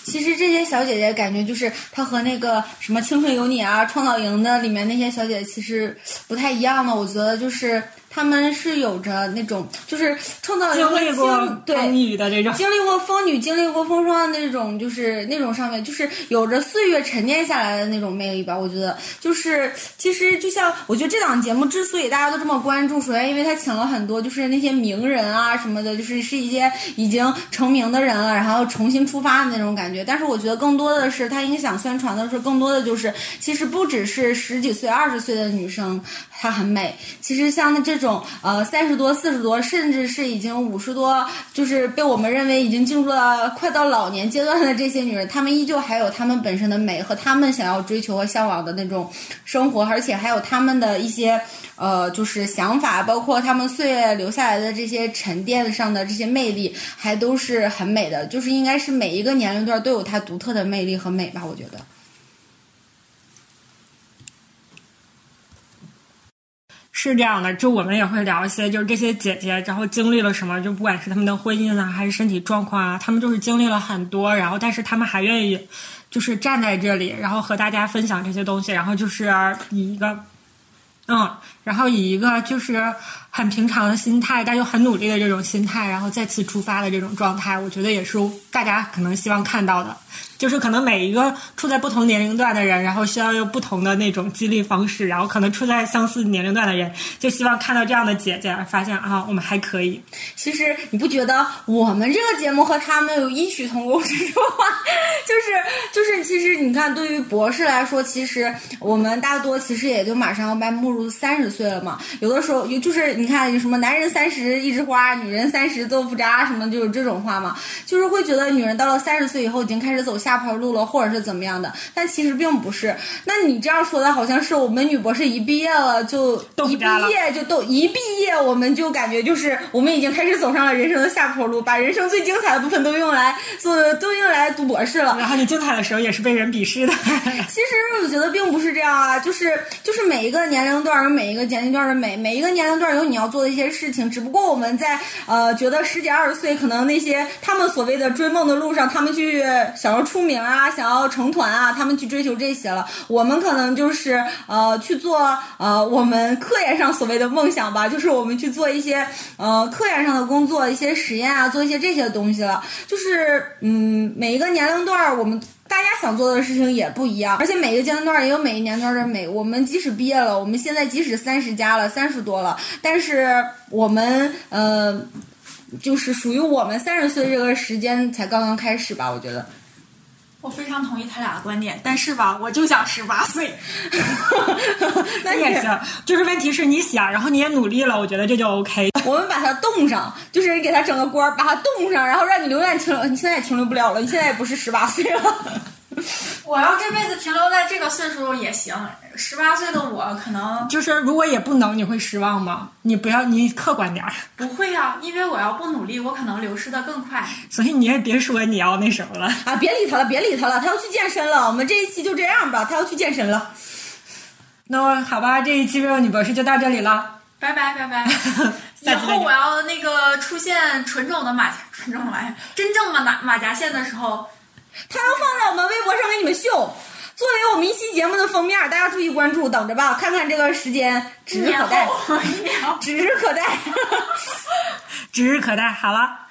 Speaker 3: 其实这些小姐姐感觉就是她和那个什么《青春有你》啊、《创造营》的里面那些小姐姐其实不太一样的，我觉得就是她们是有着那种就是创造营
Speaker 1: 经
Speaker 3: 和
Speaker 1: 历过
Speaker 3: 青对
Speaker 1: 风雨的这种，
Speaker 3: 经历过风雨、经历过风霜的那种，就是那种上面，就是有着岁月沉淀下来的那种魅力吧。我觉得，就是其实就像我觉得这档节目之所以大家都这么关注，首先因为他请了很多就是那些名人啊什么的，就是是一些已经成名的人了，然后重新出发的那种感觉。但是我觉得更多的是他应该想宣传的是，更多的就是其实不只是十几岁、二十岁的女生她很美，其实像这种呃三十多、四十多，甚至是已经五十多，就是被我们认为已经进入了快到老年阶段的这些女人，她们依旧还有她们本身的美和她们想要追求和向往的那种生活，而且还有她们的一些呃就是想法，包括她们岁月留下来的这些沉淀上的这些魅力，还都是很美的。就是应该是每一个年龄段都有它独特的魅力和美吧，我觉得。
Speaker 1: 是这样的，就我们也会聊一些，就是这些姐姐，然后经历了什么，就不管是她们的婚姻啊，还是身体状况啊，她们就是经历了很多，然后但是她们还愿意，就是站在这里，然后和大家分享这些东西，然后就是以一个，嗯，然后以一个就是很平常的心态，但又很努力的这种心态，然后再次出发的这种状态，我觉得也是大家可能希望看到的，就是可能每一个处在不同年龄段的人，然后需要用不同的那种激励方式，然后可能处在相似年龄段的人，就希望看到这样的姐姐，发现啊，我们还可以。
Speaker 3: 其实你不觉得我们这个节目和他们有异曲同工之处吗？ 就是就是，其实你看，对于博士来说，其实我们大多其实也就马上要迈步入三十岁了嘛。有的时候，有就是你看有什么“男人三十一枝花，女人三十豆腐渣”什么，就是这种话嘛，就是会觉得女人到了三十岁以后已经开始走下坡路了，或者是怎么样的。但其实并不是。那你这样说的，好像是我们女博士一毕业了就
Speaker 1: 豆腐
Speaker 3: 一毕
Speaker 1: 渣了
Speaker 3: 业。就都一毕业，我们就感觉就是我们已经开始走上了人生的下坡路，把人生最精彩的部分都用来做，都用来读博士了。
Speaker 1: 然后你精彩的时候也是被人鄙视的。
Speaker 3: 其实我觉得并不是这样啊，就是就是每一个年龄段有每一个年龄段的美，每一个年龄段有你要做的一些事情。只不过我们在呃觉得十几二十岁，可能那些他们所谓的追梦的路上，他们去想要出名啊，想要成团啊，他们去追求这些了。我们可能就是呃去做呃我们科研上所谓的梦想吧，就是我们去做一些呃科研上的工作，一些实验啊，做一些这些东西了。就是嗯，每一个年龄段儿我们。大家想做的事情也不一样，而且每个阶段也有每个年龄段的美。我们即使毕业了，我们现在即使三十加了，三十多了，但是我们呃，就是属于我们三十岁这个时间才刚刚开始吧，我觉得。
Speaker 4: 我非常同意他俩的观点，但是吧，我就想十八岁。
Speaker 3: 那你
Speaker 1: 也行，就是问题是你想，然后你也努力了，我觉得这就 OK。
Speaker 3: 我们把它冻上，就是你给它整个官儿，把它冻上，然后让你永远停留，你现在也停留不了了，你现在也不是十八岁了。
Speaker 2: 我要这辈子停留在这个岁数也行，十八岁的我可能
Speaker 1: 就是如果也不能，你会失望吗？你不要，你客观点儿。
Speaker 2: 不会啊，因为我要不努力，我可能流失的更快。
Speaker 1: 所以你也别说你要那什么了。
Speaker 3: 啊，别理他了，别理他了，他要去健身了。我们这一期就这样吧，他要去健身了。
Speaker 1: 那好吧，这一期《热女博士》就到这里了。
Speaker 2: 拜拜 拜拜，以
Speaker 1: 再见
Speaker 2: 后我要那个出现纯种的马甲，纯种玩意儿，真正的马马甲线的时候，
Speaker 3: 他要放在我们微博上给你们秀，作为我们一期节目的封面，大家注意关注，等着吧，看看这个时间指
Speaker 2: 一
Speaker 3: 日
Speaker 2: 年
Speaker 3: 可待，
Speaker 2: 后，一年后。
Speaker 3: 指日可待。
Speaker 1: 指日可待。好了，